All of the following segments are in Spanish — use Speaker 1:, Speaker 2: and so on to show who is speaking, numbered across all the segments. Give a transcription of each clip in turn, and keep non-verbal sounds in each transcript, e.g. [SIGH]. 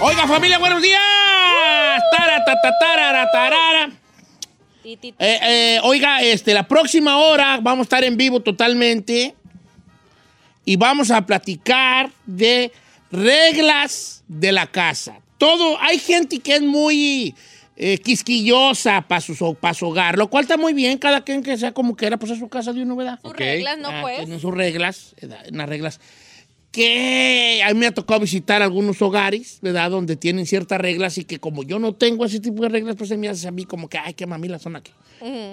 Speaker 1: Oiga, familia, buenos días. Tara, ta, ta, tarara, tarara. Eh, eh, oiga, este, la próxima hora vamos a estar en vivo totalmente y vamos a platicar de reglas de la casa. Todo, hay gente que es muy eh, quisquillosa para su, pa su hogar, lo cual está muy bien, cada quien que sea como quiera, pues es su casa de una novedad.
Speaker 2: Sus reglas, ¿no, pues?
Speaker 1: Tienen sus reglas, eh, unas reglas que a mí me ha tocado visitar algunos hogares, ¿verdad? Donde tienen ciertas reglas y que como yo no tengo ese tipo de reglas, pues se me hace a mí como que, ay, qué mamilas son aquí.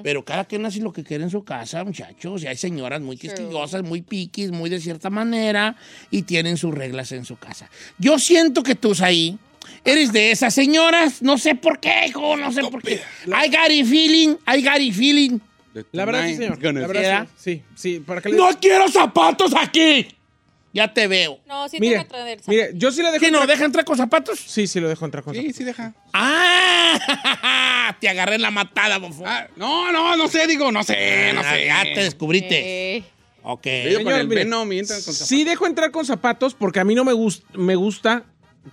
Speaker 1: Pero cada quien hace lo que quiere en su casa, muchachos. Y hay señoras muy quisquillosas, muy piquis, muy de cierta manera y tienen sus reglas en su casa. Yo siento que tú, ahí eres de esas señoras. No sé por qué, hijo, no sé por qué. I got a feeling, I got a feeling.
Speaker 3: La verdad sí, señor. La verdad sí. Sí, sí. ¿Para qué le-
Speaker 1: ¡No quiero zapatos aquí! Ya te veo.
Speaker 2: No, sí
Speaker 3: Mire,
Speaker 2: tengo que traer zapatos.
Speaker 3: mire, yo sí la dejo
Speaker 1: ¿Qué no?
Speaker 3: entrar-
Speaker 1: ¿Deja entrar con zapatos?
Speaker 3: Sí, sí lo dejo entrar con
Speaker 4: Sí, sí, deja.
Speaker 1: ¡Ah! [LAUGHS] Te agarré en la matada, bofón.
Speaker 4: Ah, no, no, no sé, digo, no sé, no
Speaker 1: Ah,
Speaker 4: sé.
Speaker 1: ya te descubriste.
Speaker 2: Eh,
Speaker 1: Ok.
Speaker 4: Yo con
Speaker 3: Señor,
Speaker 4: el
Speaker 3: mire,
Speaker 4: Venom y entran con zapatos.
Speaker 3: Sí dejo entrar con zapatos porque a mí no me, gus- me gusta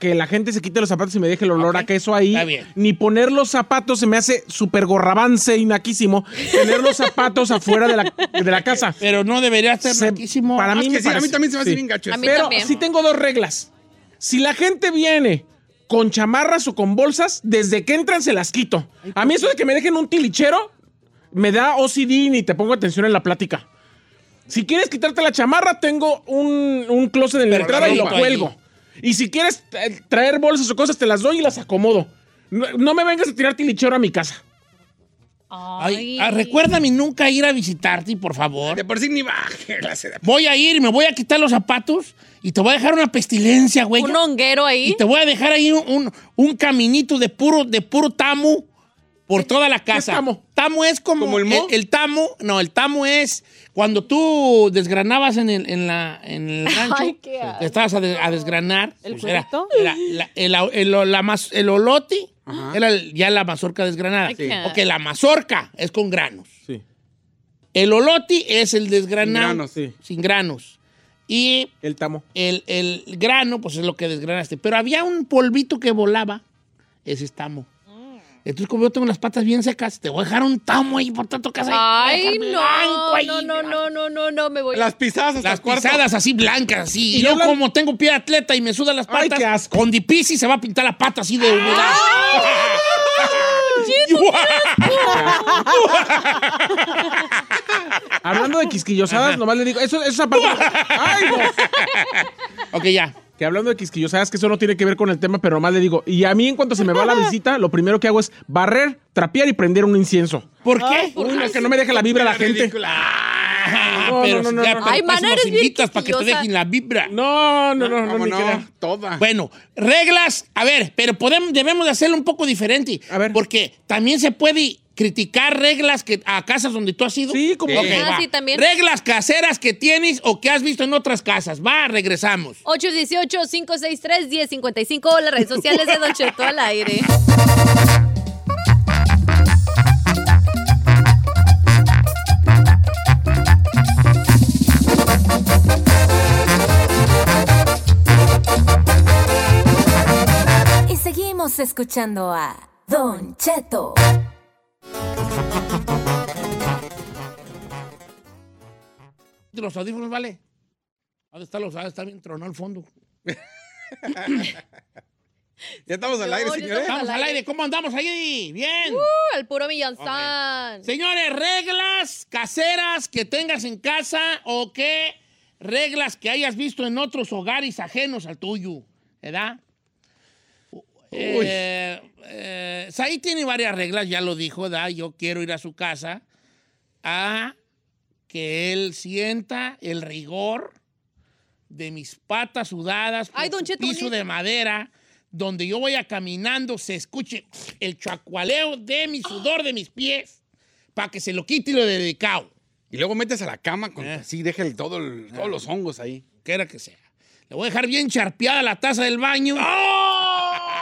Speaker 3: que la gente se quite los zapatos y me deje el olor
Speaker 1: Ok.
Speaker 3: a queso ahí.
Speaker 1: Está bien.
Speaker 3: Ni poner los zapatos se me hace súper gorrabance y naquísimo. Tener los zapatos afuera de la,
Speaker 4: [LAUGHS]
Speaker 3: de la casa.
Speaker 1: Pero no debería ser
Speaker 3: Se-
Speaker 1: riquísimo.
Speaker 3: para
Speaker 4: Ah,
Speaker 3: mí
Speaker 4: es
Speaker 3: me
Speaker 4: que sí, a mí
Speaker 3: parece-
Speaker 4: también se me hace
Speaker 3: sí.
Speaker 4: bien gacho.
Speaker 2: A mí
Speaker 3: Pero
Speaker 2: también.
Speaker 3: sí tengo dos reglas. Si la gente viene con chamarras o con bolsas, desde que entran se las quito. A mí eso de que me dejen un tilichero me da OCD ni te pongo atención en la plática. Si quieres quitarte la chamarra, tengo un, un closet en la
Speaker 1: Pero
Speaker 3: entrada y lo
Speaker 1: ropa.
Speaker 3: cuelgo. Y si quieres eh, traer bolsas o cosas, te las doy y las acomodo. No, no me vengas a tirar tilichero a mi casa.
Speaker 1: Ay, ah, recuérdame nunca ir a visitarte, por favor.
Speaker 4: De por sí ni va. clase de-
Speaker 1: Voy a ir y me voy a quitar los zapatos y te voy a dejar una pestilencia, güey.
Speaker 2: un honguero
Speaker 1: Y
Speaker 2: ahí.
Speaker 1: te voy a dejar ahí un, un- un caminito de puro, de puro tamu
Speaker 2: Eh,
Speaker 1: por toda la casa.
Speaker 3: es tamo?
Speaker 1: es como,
Speaker 4: ¿Como el mo?
Speaker 1: el, tamo, no, el tamo es cuando tú desgranabas en el, en la, en el rancho,
Speaker 2: [LAUGHS] Ay, qué asco.
Speaker 1: te estabas a, de- a desgranar.
Speaker 2: ¿El
Speaker 1: pues era-
Speaker 2: cuerito?
Speaker 1: era la- el, o- el o- la mas- el olote, era el- ya la mazorca desgranada.
Speaker 2: Ay, qué
Speaker 1: Ok, la mazorca es con granos.
Speaker 3: Sí.
Speaker 1: El oloti es el desgranado.
Speaker 4: Sin granos,
Speaker 3: sí.
Speaker 1: Sin granos. Y
Speaker 3: El tamo.
Speaker 1: el, el grano, pues es lo que desgranaste. Pero había un polvito que volaba, ese es tamo.
Speaker 2: Mm.
Speaker 1: Entonces, como yo tengo las patas bien secas, te voy a dejar un tamo ahí por tanto casa.
Speaker 2: Ay, no, no, no, no, no, no, no, me voy.
Speaker 4: Las pisadas hasta
Speaker 1: Las
Speaker 4: el cuarto.
Speaker 1: pisadas así blancas, así.
Speaker 3: Y
Speaker 1: Y yo,
Speaker 3: hablan-
Speaker 1: como tengo pie de atleta y me sudan las
Speaker 3: Ay,
Speaker 1: patas,
Speaker 3: qué asco.
Speaker 1: con dipisi se va a pintar la pata así de humedad. [LAUGHS]
Speaker 3: Hablando de quisquillosadas, nomás le digo, eso, eso es aparte. ¡Ay, no!
Speaker 1: ok, ya.
Speaker 3: Que hablando de quisquillosadas, que eso no tiene que ver con el tema, pero nomás le digo, y a mí en cuanto se me va
Speaker 1: [LAUGHS]
Speaker 3: la visita, lo primero que hago es barrer, trapear y prender un incienso.
Speaker 1: ¿Por qué?
Speaker 3: Uno, que no me deje la vibra la gente.
Speaker 1: Ah,
Speaker 3: No,
Speaker 1: pero
Speaker 3: no, no,
Speaker 1: si
Speaker 3: no,
Speaker 1: ya,
Speaker 3: no.
Speaker 1: pero
Speaker 2: Ay,
Speaker 1: para eso
Speaker 2: mana,
Speaker 1: nos
Speaker 2: eres bien
Speaker 1: invitas para que te
Speaker 2: quisquillosa.
Speaker 1: dejen la vibra.
Speaker 3: No, no, no, no,
Speaker 4: ¿Cómo
Speaker 3: ni que
Speaker 1: Eh,
Speaker 4: no?
Speaker 3: nada.
Speaker 4: Toda.
Speaker 1: Bueno, reglas, a ver, pero podemos, debemos de hacerlo un poco diferente.
Speaker 3: A ver.
Speaker 1: Porque también se puede criticar reglas que a casas donde tú has ido.
Speaker 3: Sí, como-
Speaker 1: Ok,
Speaker 2: Ah,
Speaker 1: va.
Speaker 2: sí, también.
Speaker 1: Reglas caseras que tienes o que has visto en otras casas. Va, regresamos.
Speaker 2: 818-563-1055 o las redes sociales de Don Cheto al aire.
Speaker 5: Y seguimos escuchando a Don Cheto.
Speaker 1: Los audífonos, ¿vale? ¿Dónde están los? Ah, Está bien tronó el fondo.
Speaker 4: Ya estamos al
Speaker 2: No,
Speaker 4: aire,
Speaker 2: ya
Speaker 4: señores.
Speaker 2: estamos-
Speaker 1: Vamos al aire, ¿cómo andamos ahí? Bien.
Speaker 2: Uh, el puro Millonzán.
Speaker 1: Señores, reglas caseras que tengas en casa o que reglas que hayas visto en otros hogares ajenos al tuyo, ¿verdad? Eh, eh, Saí tiene varias reglas, ya lo dijo, ¿verdad? Yo quiero ir a su casa a que él sienta el rigor de mis patas sudadas por
Speaker 2: Ay, don
Speaker 1: su
Speaker 2: Cheto,
Speaker 1: piso
Speaker 2: bonito.
Speaker 1: de madera donde yo vaya caminando se escuche el chacualeo de mi sudor de mis pies para que se lo quite y lo dedicado
Speaker 4: Y luego metes a la cama con
Speaker 1: Eh. Ah.
Speaker 4: así, deja el- todo el- todos los hongos ahí.
Speaker 1: quiera que sea le voy a dejar bien charpeada la taza del baño
Speaker 2: [LAUGHS]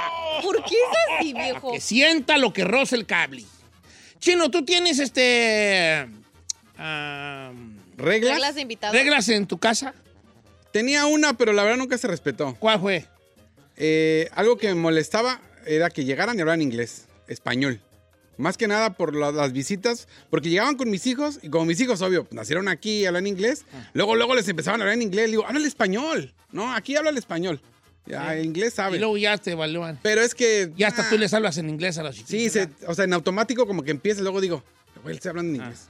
Speaker 2: ¿Por qué es así, viejo?
Speaker 1: que sienta lo que roza el cable chino tú tienes este ah,
Speaker 4: ¿Reglas?
Speaker 2: Reglas de invitado.
Speaker 1: reglas en tu casa
Speaker 4: Tenía una, pero la verdad nunca se respetó.
Speaker 1: cuál fue
Speaker 4: Eh, algo que me molestaba era que llegaran y hablaran inglés, español. Más que nada por la- las visitas, porque llegaban con mis hijos, y como mis hijos, obvio, nacieron aquí y hablan inglés,
Speaker 1: Ah.
Speaker 4: luego, luego les empezaban a hablar en inglés, le digo, habla el español, no, aquí habla el español, ya, el inglés
Speaker 1: y
Speaker 4: sabe.
Speaker 1: luego ya te valúan
Speaker 4: Pero es que...
Speaker 1: ya hasta
Speaker 4: ah,
Speaker 1: tú les hablas en inglés a los chicos
Speaker 4: [LAUGHS] Sí, se- o sea, en automático como que empieza, luego digo, güey, él está hablando
Speaker 1: Ah.
Speaker 4: en inglés.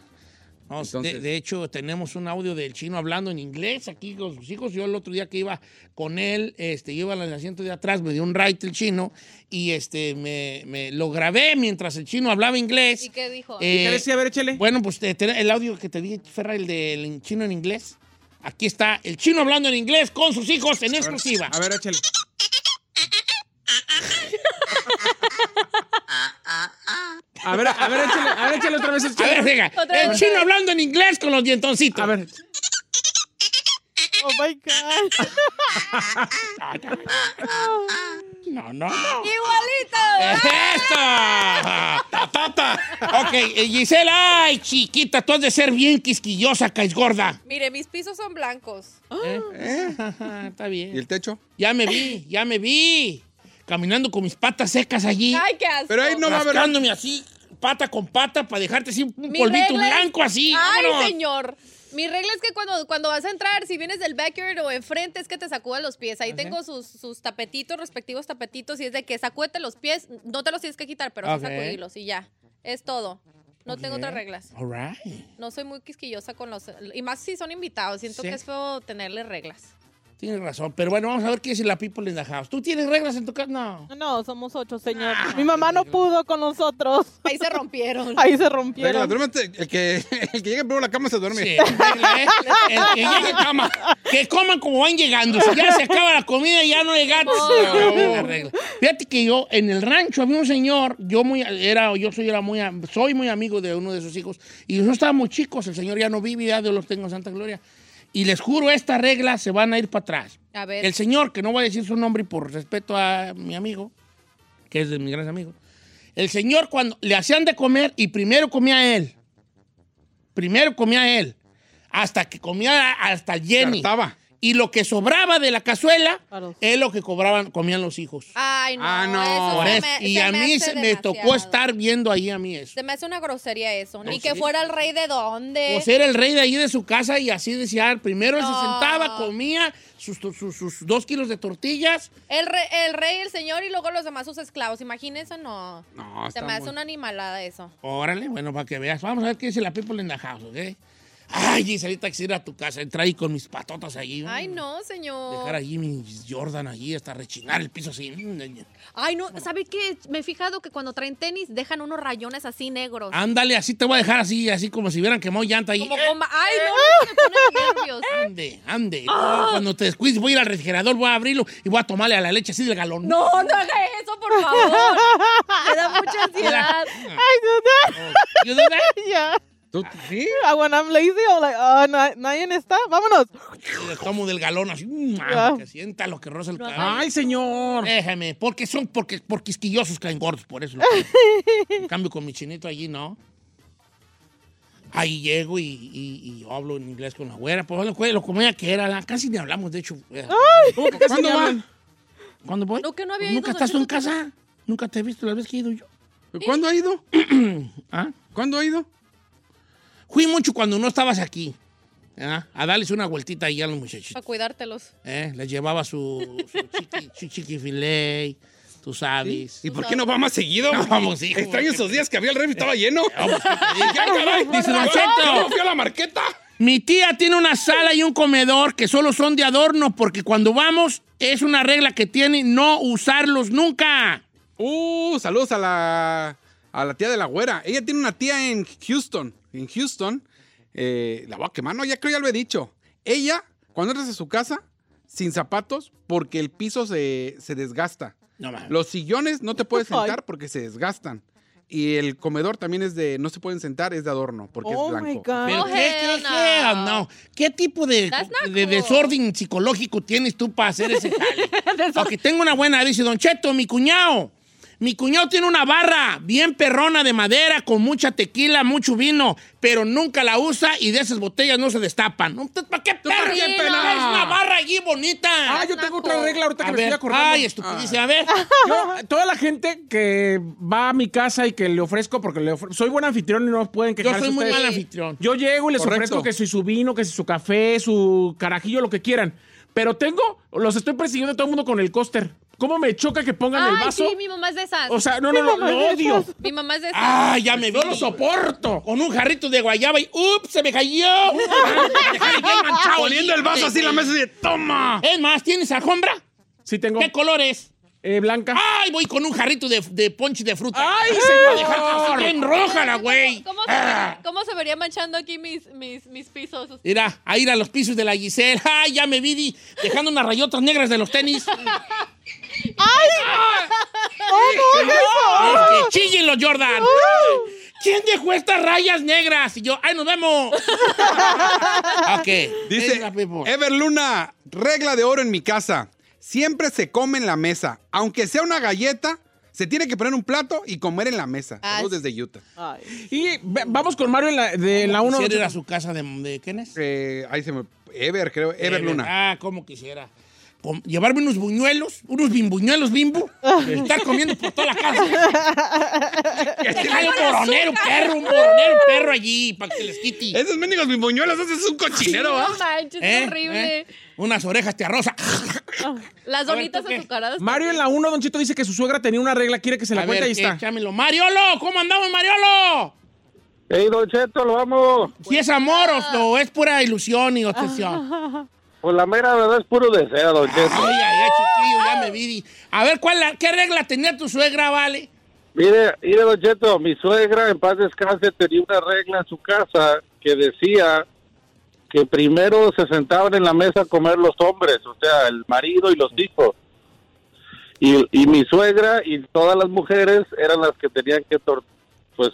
Speaker 1: No,
Speaker 4: Entonces-
Speaker 1: de, de hecho, tenemos un audio del chino hablando en inglés aquí con sus hijos. Yo el otro día que iba con él, este, yo iba en el asiento de atrás, me dio un right el chino y este, me, me lo grabé mientras el chino hablaba inglés.
Speaker 2: ¿Y qué dijo?
Speaker 1: Eh,
Speaker 3: ¿Qué decía? A ver, échale.
Speaker 1: bueno, pues te- te- el audio que te di, Ferra, el del chino en inglés. Aquí está el chino hablando en inglés con sus hijos en exclusiva.
Speaker 3: A ver, échale. A ver, a ver, échale, a ver, échale otra vez.
Speaker 1: A
Speaker 3: échale.
Speaker 1: ver, venga,
Speaker 2: Otra
Speaker 1: el
Speaker 2: vez.
Speaker 1: chino hablando en inglés con los dientoncitos.
Speaker 3: A ver.
Speaker 6: Oh my God.
Speaker 1: No, no, no. eh.
Speaker 2: Igualito.
Speaker 1: ¡Esto! ¡Tatata! Ok, eh, Gisela, ay, chiquita, tú has de ser bien quisquillosa, caes gorda.
Speaker 2: Mire, mis pisos son blancos.
Speaker 1: ¿Eh? Está
Speaker 4: ¿Y el
Speaker 1: bien.
Speaker 4: techo?
Speaker 1: Ya me vi, ya me vi. Caminando con mis patas secas allí.
Speaker 2: Ay, qué asco.
Speaker 4: Pero ahí no va a haber...
Speaker 1: rascándome así, pata con pata, para dejarte así un
Speaker 2: Mi
Speaker 1: polvito
Speaker 2: regla es-
Speaker 1: blanco así.
Speaker 2: Ay,
Speaker 1: vámonos.
Speaker 2: señor. Mi regla es que cuando, cuando vas a entrar, si vienes del backyard o enfrente, es que te sacudas los pies. Ahí tengo sus, sus tapetitos, respectivos tapetitos, y es de que sacúdete los pies. No te los tienes que quitar, pero
Speaker 1: Ok.
Speaker 2: sí sacudirlos y ya. Es todo. No tengo otras reglas.
Speaker 1: All right.
Speaker 2: No soy muy quisquillosa con los... Y más si son invitados. Siento
Speaker 1: Sí.
Speaker 2: que es feo tenerle reglas.
Speaker 1: Tienes razón, pero bueno, vamos a ver qué dice la people in the house. ¿Tú tienes reglas en tu casa? No.
Speaker 6: No, somos ocho, señor. Mi mamá no pudo con nosotros.
Speaker 2: [LAUGHS]
Speaker 6: [LAUGHS]
Speaker 2: Ahí se rompieron.
Speaker 6: Ahí se
Speaker 4: Regla,
Speaker 6: rompieron.
Speaker 4: duérmete, el que, [LAUGHS] el que llegue primero a la cama se duerme.
Speaker 1: Sí, regla, ¿eh? El que llegue, cama. Que coman como van llegando. Si ya se acaba la comida, ya no llegaste.
Speaker 2: Oh.
Speaker 1: Una regla. Fíjate que yo, en el rancho, había un señor, yo muy, era, yo soy, era muy, am- soy muy amigo de uno de sus hijos, y nosotros estábamos chicos, el señor ya no vive, ya Dios los tengo en Santa Gloria. Y les juro, estas reglas se van a ir para atrás.
Speaker 2: A ver.
Speaker 1: El señor, que no voy a decir su nombre por respeto a mi amigo, que es de mis grandes amigos, el señor cuando le hacían de comer y primero comía él, primero comía él, hasta que comía hasta Jenny.
Speaker 4: Cartaba.
Speaker 1: Y lo que sobraba de la cazuela
Speaker 6: Claro.
Speaker 1: es lo que cobraban, comían los hijos.
Speaker 2: Ay, no.
Speaker 4: Ah, no.
Speaker 2: eso se
Speaker 1: Por eso.
Speaker 2: me-
Speaker 1: Pues, y
Speaker 2: se
Speaker 1: a mí
Speaker 2: hace
Speaker 1: se- me tocó
Speaker 2: demasiado.
Speaker 1: estar viendo ahí a mí eso.
Speaker 2: Se me hace una grosería eso. Ni
Speaker 1: No,
Speaker 2: que
Speaker 1: sí.
Speaker 2: fuera el rey de dónde.
Speaker 1: O ser el rey de ahí de su casa y así decía, "Ah, primero él se
Speaker 2: No.
Speaker 1: sentaba, comía sus, sus- sus dos kilos de tortillas.
Speaker 2: El, re- el rey, el señor y luego los demás sus esclavos. Imagínense, no.
Speaker 4: No,
Speaker 2: Se
Speaker 4: está
Speaker 2: me hace
Speaker 4: muy-
Speaker 2: una animalada eso.
Speaker 1: Órale, bueno, para que veas. Vamos a ver qué dice la people in the house, ¿ok? Ay, Giselita, quisiera ir a tu casa, entrar ahí con mis patotas allí.
Speaker 2: Ay, no, señor.
Speaker 1: Mm. Dejar allí mis Jordan allí hasta rechinar el piso así.
Speaker 2: Ay, no. ¿Sabe qué? Me he fijado que cuando traen tenis dejan unos rayones así negros.
Speaker 1: Ándale, así te voy a dejar así, así como si hubieran quemado llanta ahí.
Speaker 2: Como
Speaker 1: Eh,
Speaker 2: coma. Ay, no, no me ponen nervios.
Speaker 1: Ande, ande.
Speaker 2: Ah.
Speaker 1: Cuando te descuides, voy a ir al refrigerador, voy a abrirlo y voy a tomarle a la leche así del galón.
Speaker 2: No, no haga eso, por favor. Me da mucha ansiedad.
Speaker 6: I do that.
Speaker 1: You do that?
Speaker 6: [LAUGHS] Yeah.
Speaker 4: Oh. ¿Tú, sí?
Speaker 6: Uh, When I'm lazy, I'm like, oh, na- nadie está. Vámonos.
Speaker 1: Y le tomo del galón así. mm,
Speaker 6: Ah.
Speaker 1: Que sienta lo que roza el cabello.
Speaker 3: Ay, señor.
Speaker 1: Déjame, porque son porque, por quisquillosos caen gordos, por
Speaker 2: [LAUGHS]
Speaker 1: eso. lo que- en cambio, con mi chinito allí, no. Ahí llego y, y- y hablo en inglés con la güera. Pues lo, que- lo comía que era, la- casi ni hablamos, de hecho. eh,
Speaker 3: ¿Cómo que casi
Speaker 4: ¿Cuándo
Speaker 3: ni
Speaker 4: va?
Speaker 3: hablan?
Speaker 1: ¿Cuándo voy?
Speaker 2: No, que no había
Speaker 1: Pues
Speaker 2: ido,
Speaker 1: ¿Nunca
Speaker 2: don
Speaker 1: estás tú en
Speaker 2: Cheto,
Speaker 1: casa? ¿Nunca te he visto la vez que he ido yo?
Speaker 4: ¿Cuándo ha ido?
Speaker 1: ¿Ah?
Speaker 4: ¿Cuándo ha ido?
Speaker 1: Fui mucho cuando no estabas aquí. ¿ah? a darles una vueltita ahí a los muchachitos.
Speaker 2: Para cuidártelos.
Speaker 1: ¿eh? Les llevaba su, su, chiqui, su chiquifilet, tú sabes.
Speaker 4: ¿Y por qué no va más seguido?
Speaker 1: [LAUGHS] No
Speaker 4: [LAUGHS]
Speaker 1: vamos, hijo.
Speaker 4: Extraño esos días que había el refri, estaba lleno. [LAUGHS]
Speaker 1: Dije, "Ah, caray,
Speaker 4: Dice Don Cheto. fui a la marqueta?
Speaker 1: Mi tía tiene una sala y un comedor que solo son de adorno porque cuando vamos es una regla que tiene no usarlos nunca.
Speaker 4: Uh, saludos a la, a la tía de la güera. Ella tiene una tía en Houston. En Houston. Eh, la voy a quemar, no, ya creo ya lo he dicho. Ella, cuando entras a su casa, sin zapatos, porque el piso se, se desgasta.
Speaker 1: No mames.
Speaker 4: Los sillones no te puedes
Speaker 6: Ay.
Speaker 4: sentar porque se desgastan. Y el comedor también es de, no se pueden sentar, es de adorno, porque
Speaker 6: Oh
Speaker 4: es
Speaker 6: my
Speaker 4: blanco.
Speaker 6: God.
Speaker 1: Pero
Speaker 2: No,
Speaker 1: qué, qué-
Speaker 2: hell no.
Speaker 1: qué- no. ¿Qué tipo de,
Speaker 2: That's not
Speaker 1: de
Speaker 2: cool.
Speaker 1: desorden psicológico tienes tú para hacer ese
Speaker 2: [LAUGHS]
Speaker 1: jale? Aunque tengo una buena, dice Don Cheto, mi cuñado. Mi cuñado tiene una barra bien perrona de madera con mucha tequila, mucho vino, pero nunca la usa y de esas botellas no se destapan. ¿No? ¿Tú ¿Para qué perra?
Speaker 2: qué,
Speaker 1: Es
Speaker 2: pena?
Speaker 1: una barra allí bonita.
Speaker 3: Ah, yo tengo otra regla ahorita
Speaker 1: a
Speaker 3: que me estoy
Speaker 1: ver,
Speaker 3: acordando. Ah.
Speaker 1: ay, estupidice, a ver.
Speaker 3: Yo, toda la gente que va a mi casa y que le ofrezco, porque le ofre- soy buen anfitrión y no pueden
Speaker 1: Yo
Speaker 3: quejarse
Speaker 1: soy muy
Speaker 3: ustedes.
Speaker 1: mal anfitrión.
Speaker 3: Yo llego y les
Speaker 4: Correcto.
Speaker 3: ofrezco que si su vino, que si su café, su carajillo, lo que quieran. Pero tengo, los estoy persiguiendo a todo el mundo con el coster. ¿Cómo me choca que pongan el
Speaker 2: Ay,
Speaker 3: vaso?
Speaker 2: sí, mi mamá es de esas.
Speaker 3: O sea, no, no, no, lo odio.
Speaker 2: mi mamá es de esas.
Speaker 1: Ah, ya me veo
Speaker 3: No lo soporto.
Speaker 1: Con un jarrito de guayaba y ¡ups! Se me
Speaker 4: [LAUGHS]
Speaker 1: cayó.
Speaker 4: Poniendo el vaso así en la mesa y de, ¡toma!
Speaker 1: Es más, ¿tienes alfombra?
Speaker 3: Sí tengo.
Speaker 1: ¿Qué colores?
Speaker 3: eh, blanca.
Speaker 1: ¡Ay, voy con un jarrito de, de ponche de fruta!
Speaker 3: ¡Ay,
Speaker 1: Para
Speaker 3: señor!
Speaker 1: dejar así bien roja la
Speaker 2: ¿Cómo-
Speaker 1: güey!
Speaker 2: ¿Cómo, se-
Speaker 1: Ah.
Speaker 2: cómo se vería manchando aquí mis, mis, mis pisos?
Speaker 1: Mira, a ir a los pisos de la Giselle. ¡Ay, ya me vi di- dejando unas rayotas negras de los tenis! [LAUGHS] ¡Ay! ¡Este, chillen los Jordan! ¿Quién dejó estas rayas negras? Y yo, ¡ay, nos vemos! ok.
Speaker 4: Dice
Speaker 1: Venga, Pepo.
Speaker 4: Ever Luna, regla de oro en mi casa. Siempre se come en la mesa. Aunque sea una galleta, se tiene que poner un plato y comer en la mesa.
Speaker 2: Ah,
Speaker 4: Saludos desde Utah.
Speaker 6: Ay.
Speaker 3: Y ve- vamos con Mario en la- de la 1.
Speaker 1: Quisiera ir a su casa de, de ¿quién es?
Speaker 4: Eh, ahí se me. Ever, creo. Ever, Luna.
Speaker 1: Ah, como quisiera. Com- llevarme unos buñuelos, unos bimbuñuelos bimbo, y estar comiendo por toda la casa.
Speaker 2: [LAUGHS]
Speaker 1: que tenga un moronero, perro, un moronero, perro allí, para que les quite.
Speaker 4: Esos mendigos bimboñuelos, haces un cochinero, ¿ah?
Speaker 2: No manches,
Speaker 1: ¿Eh?
Speaker 2: es horrible.
Speaker 1: ¿Eh? Unas orejas te arroza.
Speaker 2: Las
Speaker 1: A ver, ¿tú
Speaker 2: donitas
Speaker 1: qué?
Speaker 2: azucaradas.
Speaker 3: Mario en la 1, Don Chito dice que su suegra tenía una regla, quiere que se la
Speaker 1: A
Speaker 3: cuente,
Speaker 1: ver,
Speaker 3: ahí
Speaker 1: que
Speaker 3: está.
Speaker 1: échamelo. ¡Mariolo! ¿Cómo andamos, Mariolo?
Speaker 7: Ey, Don Cheto, lo vamos.
Speaker 1: Si
Speaker 2: Pues
Speaker 1: es amor o no, es pura ilusión y
Speaker 2: [LAUGHS]
Speaker 1: obsesión.
Speaker 7: Pues la mera verdad es puro deseo, Don Cheto.
Speaker 1: Ay, ay, ay, chiquillo, ya me vi. A ver, ¿cuál la- ¿qué regla tenía tu suegra, vale?
Speaker 2: [LAUGHS]
Speaker 7: Mire, mire, Don Cheto, mi suegra en paz descanse tenía una regla en su casa que decía que primero se sentaban en la mesa a comer los hombres, o sea, el marido y los hijos. Y, y mi suegra y todas las mujeres eran las que tenían que, tor- pues,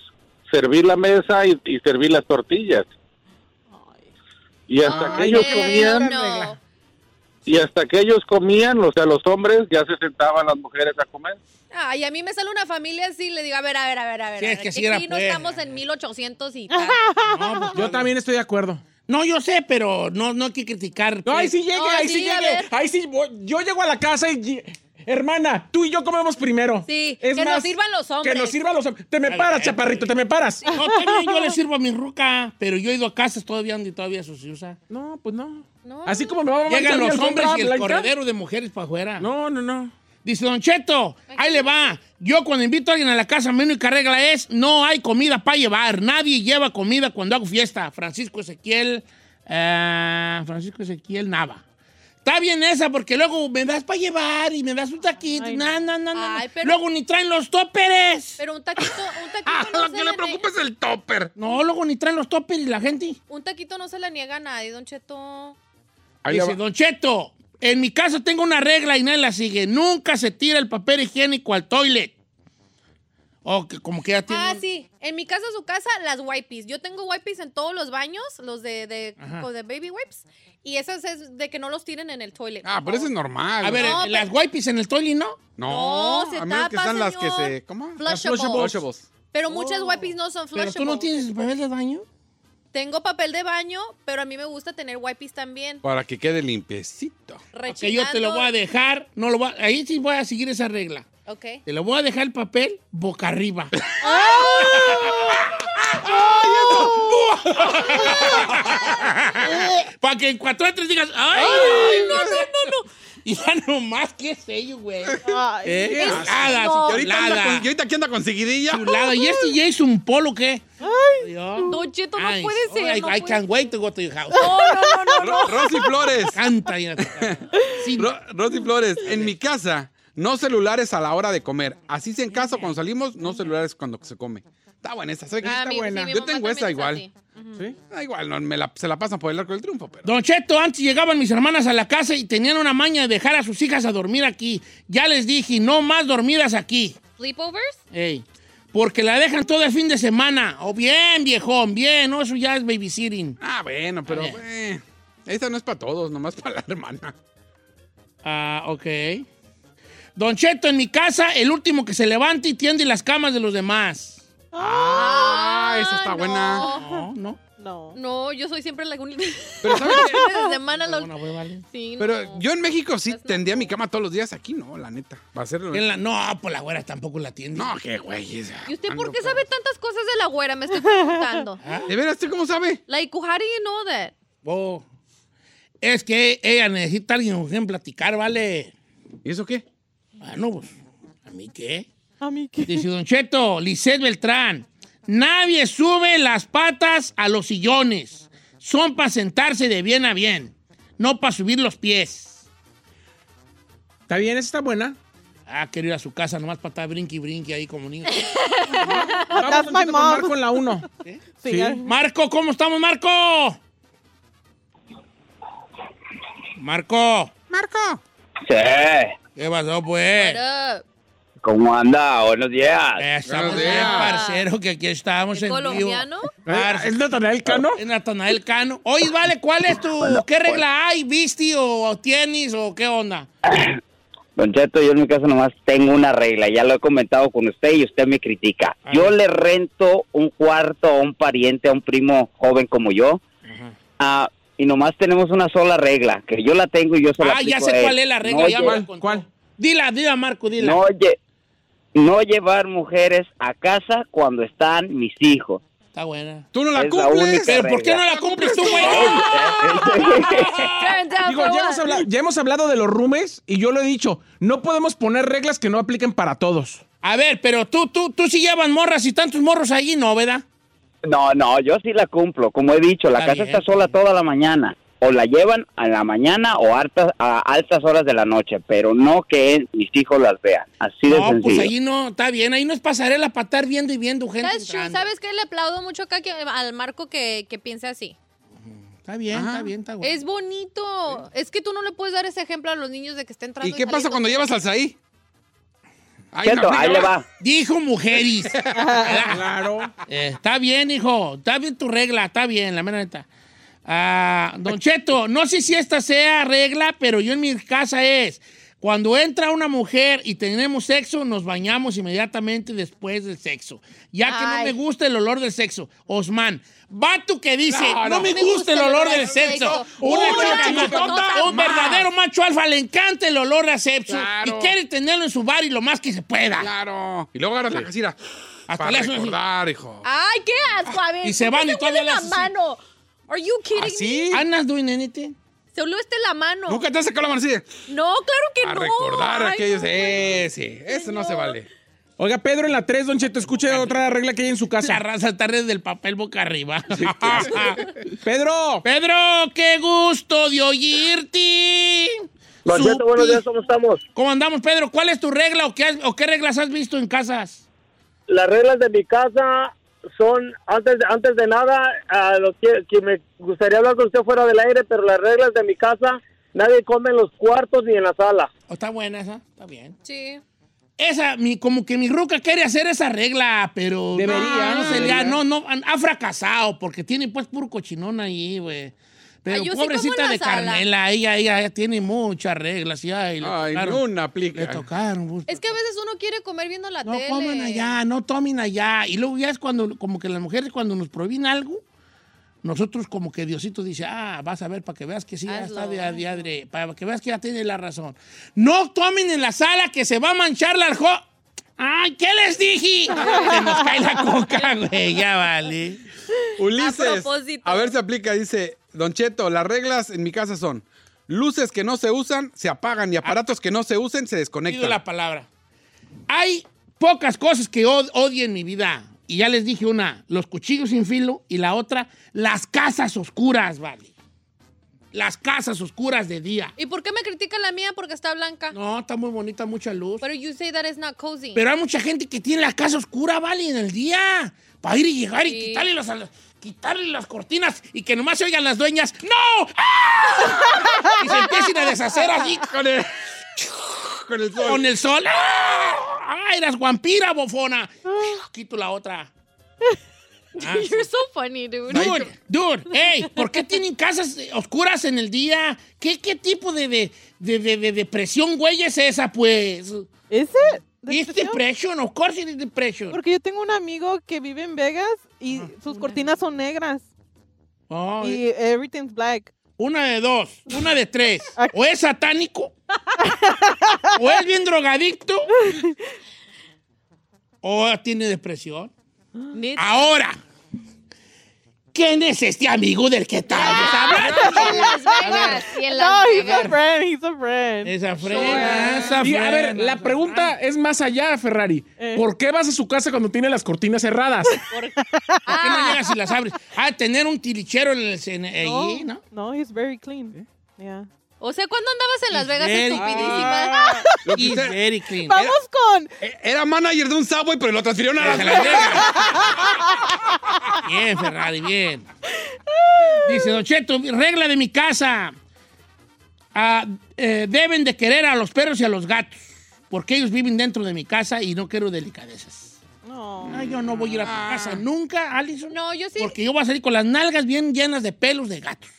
Speaker 7: servir la mesa y, y servir las tortillas. Y hasta que
Speaker 3: Ay,
Speaker 7: ellos
Speaker 3: qué
Speaker 7: comían,
Speaker 3: bien.
Speaker 2: no.
Speaker 7: Y hasta que ellos comían, o sea, los hombres, ya se sentaban las mujeres a comer.
Speaker 2: Ay, a mí me sale una familia así le digo, a ver, a ver, a ver, a ver.
Speaker 1: Sí,
Speaker 2: a
Speaker 1: es
Speaker 2: ver,
Speaker 1: que sí era,
Speaker 2: aquí no
Speaker 1: pues.
Speaker 2: estamos en 1800 y tal.
Speaker 1: No, pues,
Speaker 3: Yo también estoy de acuerdo.
Speaker 1: no, yo sé, pero no, no hay que criticar.
Speaker 3: No, ahí
Speaker 1: pues.
Speaker 3: sí llegue,
Speaker 2: No,
Speaker 3: ahí
Speaker 2: sí,
Speaker 3: sí
Speaker 2: a
Speaker 3: llegue.
Speaker 2: ver.
Speaker 3: Ahí sí, voy- yo llego a la casa y... lle- Hermana, tú y yo comemos primero.
Speaker 2: Sí, que nos sirvan los hombres.
Speaker 3: Que nos sirvan los hombres. Te me
Speaker 1: Ay,
Speaker 3: paras,
Speaker 1: ay,
Speaker 3: chaparrito, te me paras.
Speaker 1: No, también yo le sirvo a mi ruca, pero yo he ido a casas todavía donde todavía eso se usa.
Speaker 3: No, pues no.
Speaker 2: No.
Speaker 3: Así como me va a mamar
Speaker 1: Llegan
Speaker 3: también
Speaker 1: los
Speaker 3: alfombra
Speaker 1: hombres y el
Speaker 3: blanca.
Speaker 1: corredero de mujeres para afuera.
Speaker 3: No, no, no.
Speaker 1: Dice Don Cheto, ahí le va. Yo cuando invito a alguien a la casa, mi única regla es no hay comida para llevar. Nadie lleva comida cuando hago fiesta. Francisco Ezequiel, eh, Francisco Ezequiel Nava. Está bien esa, porque luego me das para llevar y me das un taquito.
Speaker 6: Ay,
Speaker 1: No, no, no, no.
Speaker 2: Ay, pero-
Speaker 1: Luego ni traen los tóperes.
Speaker 2: Pero un taquito,
Speaker 1: [LAUGHS]
Speaker 2: un
Speaker 4: Ah,
Speaker 2: taquito no
Speaker 4: lo
Speaker 2: se
Speaker 4: que le
Speaker 2: le
Speaker 4: preocupa
Speaker 2: ne-
Speaker 4: es el topper.
Speaker 1: No, luego ni traen los tóperes y la gente.
Speaker 2: un taquito no se le niega a nadie, Don Cheto.
Speaker 4: Ahí le
Speaker 1: Dice,
Speaker 4: va.
Speaker 1: Don Cheto, en mi casa tengo una regla y nadie la sigue. Nunca se tira el papel higiénico al toilet. O que, como que ya tiene...
Speaker 2: Ah, sí. En mi casa, su casa, las wipes. Yo tengo wipes en todos los baños, los de, de,
Speaker 1: Ajá.
Speaker 2: de baby wipes. Y esas es de que no los tiren en el toilet.
Speaker 4: Ah, pero eso es normal.
Speaker 1: A ver,
Speaker 2: No,
Speaker 1: eh, las wipes en el toilet, ¿no?
Speaker 4: no,
Speaker 2: no, se
Speaker 4: a menos que
Speaker 2: tapa,
Speaker 4: están las que
Speaker 2: señor.
Speaker 4: se. ¿Cómo?
Speaker 2: Flushables.
Speaker 4: Las flushables.
Speaker 2: Pero muchas wipes no son
Speaker 1: Pero
Speaker 2: flushables.
Speaker 1: tú no tienes papel de baño.
Speaker 2: Tengo papel de baño, pero a mí me gusta tener wipes también.
Speaker 4: Para que quede limpiecito.
Speaker 1: Que yo te lo voy a dejar. No lo voy a- ahí sí voy a seguir esa regla.
Speaker 2: Ok.
Speaker 4: [LAUGHS]
Speaker 1: ¡Oh! Te lo voy a dejar el papel boca arriba.
Speaker 4: ¡Oh!
Speaker 1: [LAUGHS] Para que en cuatro a tres digas, ¡ay! ay, no, no, no, no! Y ya nomás, qué sello, güey.
Speaker 6: Ay,
Speaker 1: ¿Eh?
Speaker 2: Es-
Speaker 1: Chulada,
Speaker 4: Y ahorita, anda
Speaker 2: no.
Speaker 4: con,
Speaker 1: chulada.
Speaker 4: y ahorita aquí anda con seguidilla.
Speaker 1: Chulada. ¿Y este Jason Polo qué? ¡Ay!
Speaker 2: Don Cheto, no puede ser.
Speaker 1: I,
Speaker 2: no
Speaker 1: I
Speaker 2: puede-
Speaker 1: can't wait to go to your house.
Speaker 2: No, no, no, no, no.
Speaker 4: Ro- Rosy Flores.
Speaker 1: Canta bien a tu
Speaker 2: [LAUGHS]
Speaker 1: casa. Sí,
Speaker 4: Ro- Rosy Flores, en mi casa, no celulares a la hora de comer. Así se en casa cuando salimos, no celulares cuando se come. Está buena esa, ¿sabe qué?
Speaker 2: Ah,
Speaker 4: Está
Speaker 2: mi-
Speaker 4: buena.
Speaker 2: sí, mi
Speaker 4: Yo
Speaker 2: mamá
Speaker 4: tengo esa
Speaker 2: también es
Speaker 4: igual. Da igual, no, me la- se la pasan por el arco del triunfo, pero.
Speaker 1: Don Cheto, antes llegaban mis hermanas a la casa y tenían una maña de dejar a sus hijas a dormir aquí. Ya les dije, no más dormidas aquí.
Speaker 2: ¿Sleepovers?
Speaker 1: Ey, porque la dejan todo el fin de semana. O bien, viejón, bien. No, eso ya es babysitting.
Speaker 4: Ah, bueno, pero.
Speaker 1: bien.
Speaker 4: eh, esta no es para todos, nomás para la hermana.
Speaker 1: Ah, ok. Don Cheto, en mi casa, el último que se levante y tiende las camas de los demás.
Speaker 4: Ah, esa está
Speaker 2: no.
Speaker 4: buena.
Speaker 1: No, no.
Speaker 6: no.
Speaker 2: No, yo soy siempre la única. [LAUGHS]
Speaker 4: Pero ¿sabes qué?
Speaker 2: Desde semana la
Speaker 1: Una hueva, ¿vale?
Speaker 2: Sí,
Speaker 4: Pero
Speaker 2: no.
Speaker 4: yo en México sí
Speaker 2: Es Pues no.
Speaker 4: tendía mi cama todos los días. Aquí no, la neta. Va a ser.
Speaker 1: En la- no, pues la güera tampoco la tiende.
Speaker 4: No, qué güey. Ah, es-
Speaker 2: ¿Y usted por
Speaker 4: ando
Speaker 2: qué
Speaker 4: pedo.
Speaker 2: sabe tantas cosas de la güera? Me
Speaker 4: [LAUGHS]
Speaker 2: estoy preguntando.
Speaker 4: ¿De veras? ¿Usted cómo sabe?
Speaker 2: Like, how do you know that?
Speaker 1: Oh. Es que ella necesita alguien con quien platicar, ¿vale?
Speaker 4: ¿Y eso qué?
Speaker 1: Bueno, pues, ¿a mí qué?
Speaker 6: A mí qué.
Speaker 1: Dice Don Cheto, Lisset Beltrán. Nadie sube las patas a los sillones. Son para sentarse de bien a bien, no para subir los pies.
Speaker 3: Está bien, esa está buena.
Speaker 1: Ah, quiero ir a su casa nomás para estar brinqui brinqui ahí como niño.
Speaker 3: Vamos
Speaker 2: Ah,
Speaker 6: That's my
Speaker 3: Don Cheto, con
Speaker 6: mom.
Speaker 3: Marco en la
Speaker 2: [LAUGHS]
Speaker 3: 1.
Speaker 6: Sí.
Speaker 3: Sí.
Speaker 1: Ah,
Speaker 6: ay.
Speaker 1: Marco, ¿cómo estamos, Marco? Marco,
Speaker 4: Marco.
Speaker 7: Sí,
Speaker 1: ¿qué pasó, pues?
Speaker 2: What up?
Speaker 7: ¿cómo anda? Buenos días.
Speaker 1: Estamos
Speaker 4: Ah, Buenos
Speaker 1: bien,
Speaker 4: días.
Speaker 1: parcero, que aquí estamos
Speaker 2: ¿Es
Speaker 1: en
Speaker 2: colombiano?
Speaker 1: vivo.
Speaker 3: Ah, ¿Es Natanael Cano?
Speaker 1: En Natanael Cano. Oye, vale, ¿cuál es tu, qué regla hay? ¿Visti o, o tienes o qué onda?
Speaker 7: Don Cheto, yo en mi casa nomás tengo una regla, ya lo he comentado con usted y usted me critica.
Speaker 1: A
Speaker 7: Yo
Speaker 1: ver.
Speaker 7: le rento un cuarto a un pariente, a un primo joven como yo, ah, y nomás tenemos una sola regla, que yo la tengo y yo se la
Speaker 1: Ah, ya
Speaker 7: aplico
Speaker 1: sé
Speaker 7: a él.
Speaker 1: cuál es la regla.
Speaker 7: No
Speaker 1: ya
Speaker 7: lle-
Speaker 1: me la
Speaker 3: ¿Cuál?
Speaker 1: contó.
Speaker 3: ¿Cuál?
Speaker 1: Dila, dila, Marco, dila.
Speaker 7: no lle- no llevar mujeres a casa cuando están mis hijos.
Speaker 1: Está buena.
Speaker 4: Tú no la
Speaker 7: Es la
Speaker 4: cumples.
Speaker 7: única
Speaker 1: Pero ¿por qué no la cumples tú, güey?
Speaker 2: Turn down
Speaker 3: Digo,
Speaker 2: for
Speaker 3: ya
Speaker 2: what?
Speaker 3: hemos, hablado, ya hemos hablado de los roomies y yo lo he dicho, no podemos poner reglas que no apliquen para todos.
Speaker 1: A ver, pero tú, tú, tú sí llevas morras y tantos morros allí, ¿no, verdad?
Speaker 7: [LAUGHS] No, no, yo sí la cumplo. Como he dicho, la
Speaker 1: Está
Speaker 7: casa
Speaker 1: bien,
Speaker 7: está sola
Speaker 1: está
Speaker 7: toda la mañana. O la llevan a la mañana o hartas- a altas horas de la noche, pero no que mis hijos las vean. Así de
Speaker 1: no, pues
Speaker 7: sencillo.
Speaker 1: allí no, está bien. Ahí no es pasarela para estar viendo y viendo gente.
Speaker 2: That's true.
Speaker 1: entrando.
Speaker 2: ¿Sabes qué? Le aplaudo mucho acá que- al Marco que, que piense así.
Speaker 1: Está bien, está bien, está bueno.
Speaker 2: Es bonito. Es que tú no le puedes dar ese ejemplo a los niños de que estén entrando.
Speaker 4: ¿Y qué pasa cuando llevas al Saí? Ahí,
Speaker 7: Cheto,
Speaker 4: no,
Speaker 7: ahí le va.
Speaker 1: Dijo
Speaker 7: [LAUGHS]
Speaker 1: mujeres.
Speaker 3: Claro.
Speaker 1: Eh, está bien, hijo. Está bien tu regla. Está bien, la mera neta. Ah, don Cheto, no sé si esta sea regla, pero yo en mi casa es. Cuando entra una mujer y tenemos sexo, nos bañamos inmediatamente después del sexo. Ya que no
Speaker 2: Ay.
Speaker 1: me gusta el olor del sexo. Osman, vato que dice, no, me gusta el olor del sexo. Una
Speaker 2: Una
Speaker 1: chica
Speaker 2: chicotota
Speaker 1: matota, un
Speaker 2: más.
Speaker 1: verdadero macho alfa le encanta el olor a sexo
Speaker 4: Claro.
Speaker 1: y quiere [LAUGHS] tenerlo en su bar y lo más que se pueda.
Speaker 4: Claro. Ah, Y luego agarras la casira.
Speaker 1: Hasta le
Speaker 4: para
Speaker 1: haces así.
Speaker 4: recordar, hijo.
Speaker 2: ¡Ay, qué asco! A ver.
Speaker 1: Y se
Speaker 2: ¿por qué
Speaker 1: van y
Speaker 2: huele
Speaker 1: todavía ¿Ah, le
Speaker 2: la
Speaker 1: haces así?
Speaker 2: mano. Are you kidding
Speaker 4: ¿Así?
Speaker 1: ¿Anas doing anything?
Speaker 2: me? Se olvidaste la mano.
Speaker 4: ¿Nunca te has sacado la mano así? de,
Speaker 2: No, claro que
Speaker 4: A
Speaker 2: no.
Speaker 4: recordar
Speaker 2: Ay,
Speaker 4: aquellos.
Speaker 1: e-
Speaker 2: no.
Speaker 4: Eh, sí. Eso no se
Speaker 2: Señor.
Speaker 4: vale.
Speaker 3: Oiga, Pedro en la 3, Don Cheto, escucha otra regla que hay en su
Speaker 1: La
Speaker 3: casa.
Speaker 1: raza está desde el papel boca arriba.
Speaker 3: Pedro,
Speaker 1: [LAUGHS] Pedro, qué gusto de oírte.
Speaker 7: Don
Speaker 1: Supi.
Speaker 7: Cheto, buenos días, ¿cómo estamos?
Speaker 1: ¿Cómo andamos, Pedro? ¿Cuál es tu regla o qué, has- o qué reglas has visto en casas?
Speaker 7: Las reglas de mi casa son, antes de, antes de nada, a lo que, que me gustaría hablar con usted fuera del aire, pero las reglas de mi casa, nadie come en los cuartos ni en la sala.
Speaker 1: ¿O está buena esa? Está bien.
Speaker 2: Sí.
Speaker 1: Esa, mi, como que mi ruca quiere hacer esa regla, pero.
Speaker 3: Debería,
Speaker 1: No, no, se le
Speaker 3: debería.
Speaker 1: ha, no, no, han- ha fracasado porque tiene pues puro cochinón ahí, güey. Pero
Speaker 2: Ay, yo sí como
Speaker 1: pobrecita
Speaker 2: en la
Speaker 1: de
Speaker 2: sala.
Speaker 1: Carmela, ella, ella, ella tiene muchas reglas. Y, ay, le
Speaker 4: Ay,
Speaker 1: tocaron.
Speaker 4: no una
Speaker 1: Le
Speaker 4: aplica.
Speaker 1: tocaron, pues.
Speaker 2: Es que a veces uno quiere comer viendo la
Speaker 1: No
Speaker 2: tele.
Speaker 1: coman allá, no tomen allá. Y luego ya es cuando, como que las mujeres cuando nos prohíben algo, nosotros como que Diosito dice, ah, vas a ver para que veas que sí, ya
Speaker 2: Hazlo,
Speaker 1: está de adiadre, para que veas que ya tiene la razón. No tomen en la sala que se va a manchar la aljo... ¡Ay, qué les dije! Se nos cae la coca,
Speaker 2: [LAUGHS]
Speaker 1: güey, ya vale.
Speaker 4: Ulises.
Speaker 2: A propósito.
Speaker 4: a ver si aplica, dice Don Cheto, las reglas en mi casa son luces que no se usan, se apagan y aparatos que no se usen, se
Speaker 1: Pido
Speaker 4: desconectan.
Speaker 1: la palabra. Hay pocas cosas que od- odio en mi vida. Y ya les dije una, los cuchillos sin filo y la otra, las casas oscuras, vale. Las casas oscuras de día.
Speaker 2: ¿Y por qué me critica la mía? Porque está blanca.
Speaker 1: No, está muy bonita, mucha luz.
Speaker 2: Pero you say that is not cozy.
Speaker 1: Pero hay mucha gente que tiene la casa oscura, vale, en el día. Para ir y llegar y
Speaker 2: Sí.
Speaker 1: quitarle, las, a las- quitarle las cortinas y que nomás se oigan las dueñas. ¡No! ¡Ah! y se empiecen a deshacer así con el,
Speaker 4: Con el sol.
Speaker 1: con el sol. ¡Ah! ¡Ay, eras guampira, bofona! Quito la otra. Ah, sí.
Speaker 2: [LAUGHS] You're so funny, dude.
Speaker 1: Dude, dude, hey, ¿por qué tienen casas eh, oscuras en el día? ¿Qué, qué tipo de, de, de, de- de depresión, güey, es esa, pues?
Speaker 6: ¿Es it?
Speaker 1: ¿Es depresión? Of course it is depression.
Speaker 6: Porque yo tengo un amigo que vive en Vegas y
Speaker 1: Ah,
Speaker 6: sus cortinas son negras
Speaker 1: Oh,
Speaker 6: y everything's black.
Speaker 1: Una de dos, una de tres. O es satánico, o es bien drogadicto, o tiene depresión.
Speaker 2: Nit-
Speaker 1: Ahora, ¿quién es este amigo del que estamos hablando?
Speaker 2: En Las Vegas. Y en
Speaker 6: No,
Speaker 2: Las
Speaker 6: he's
Speaker 2: Vegas.
Speaker 6: a friend, he's a friend.
Speaker 1: Esa frena, esa
Speaker 3: Y, a
Speaker 1: frena.
Speaker 3: ver, la
Speaker 1: Ah.
Speaker 3: pregunta es más allá, Ferrari.
Speaker 6: Eh.
Speaker 3: ¿Por qué vas a su casa cuando tiene las cortinas cerradas?
Speaker 1: ¿Por
Speaker 2: Ah.
Speaker 1: qué no llegas y las abres? Ah, tener un tilichero en el cen- ahí, ¿no?
Speaker 6: Oh, No, he's very clean. Yeah.
Speaker 2: O sea, ¿cuándo andabas en Las Vegas
Speaker 1: Very-
Speaker 2: estupidísima?
Speaker 1: Ah.
Speaker 4: Lo que
Speaker 1: Y
Speaker 4: usted-
Speaker 1: very clean.
Speaker 6: Vamos con
Speaker 4: eh, era manager de un Subway, pero lo transfirieron a
Speaker 1: Deja
Speaker 4: la...
Speaker 1: la verga. Bien, Ferrari, bien. Dice, Don Cheto, regla de mi casa. Ah, eh, deben de querer a los perros y a los gatos, porque ellos viven dentro de mi casa y no quiero delicadezas. No, yo no voy a ir a tu casa nunca, Alison.
Speaker 2: [LAUGHS] No, yo sí.
Speaker 1: Porque yo voy a salir con las nalgas bien llenas de pelos de gatos.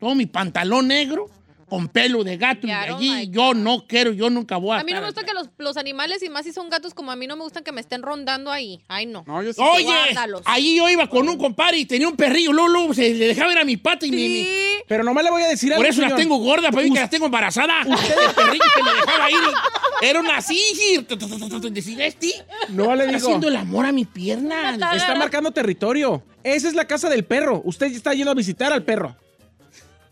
Speaker 1: Todo mi pantalón negro con pelo de gato
Speaker 2: Yeah, I
Speaker 1: y
Speaker 2: don't
Speaker 1: allí
Speaker 2: like
Speaker 1: yo no quiero, yo nunca voy a
Speaker 2: A mí no me
Speaker 1: estar-
Speaker 2: gustan que los, los animales, y más si son gatos como a mí, no me gustan que me estén rondando ahí. Ay, no.
Speaker 4: No, yo sí.
Speaker 1: Oye,
Speaker 2: Guárdalos.
Speaker 1: ahí yo iba con un compadre y tenía un perrillo, Lulu, se le dejaba ir a mi pata y mi- mi-
Speaker 2: Sí.
Speaker 3: Pero nomás le voy a decir algo.
Speaker 1: Por eso las
Speaker 3: señor.
Speaker 1: tengo gordas, para mí que las tengo embarazadas. [LAUGHS] Usted el perrillo que me dejaba ir. Era una así, decir, este
Speaker 3: No le
Speaker 1: está
Speaker 3: digo.
Speaker 1: haciendo el amor a mi pierna.
Speaker 3: Está marcando territorio. Esa es la casa del perro. Usted está yendo a visitar al perro.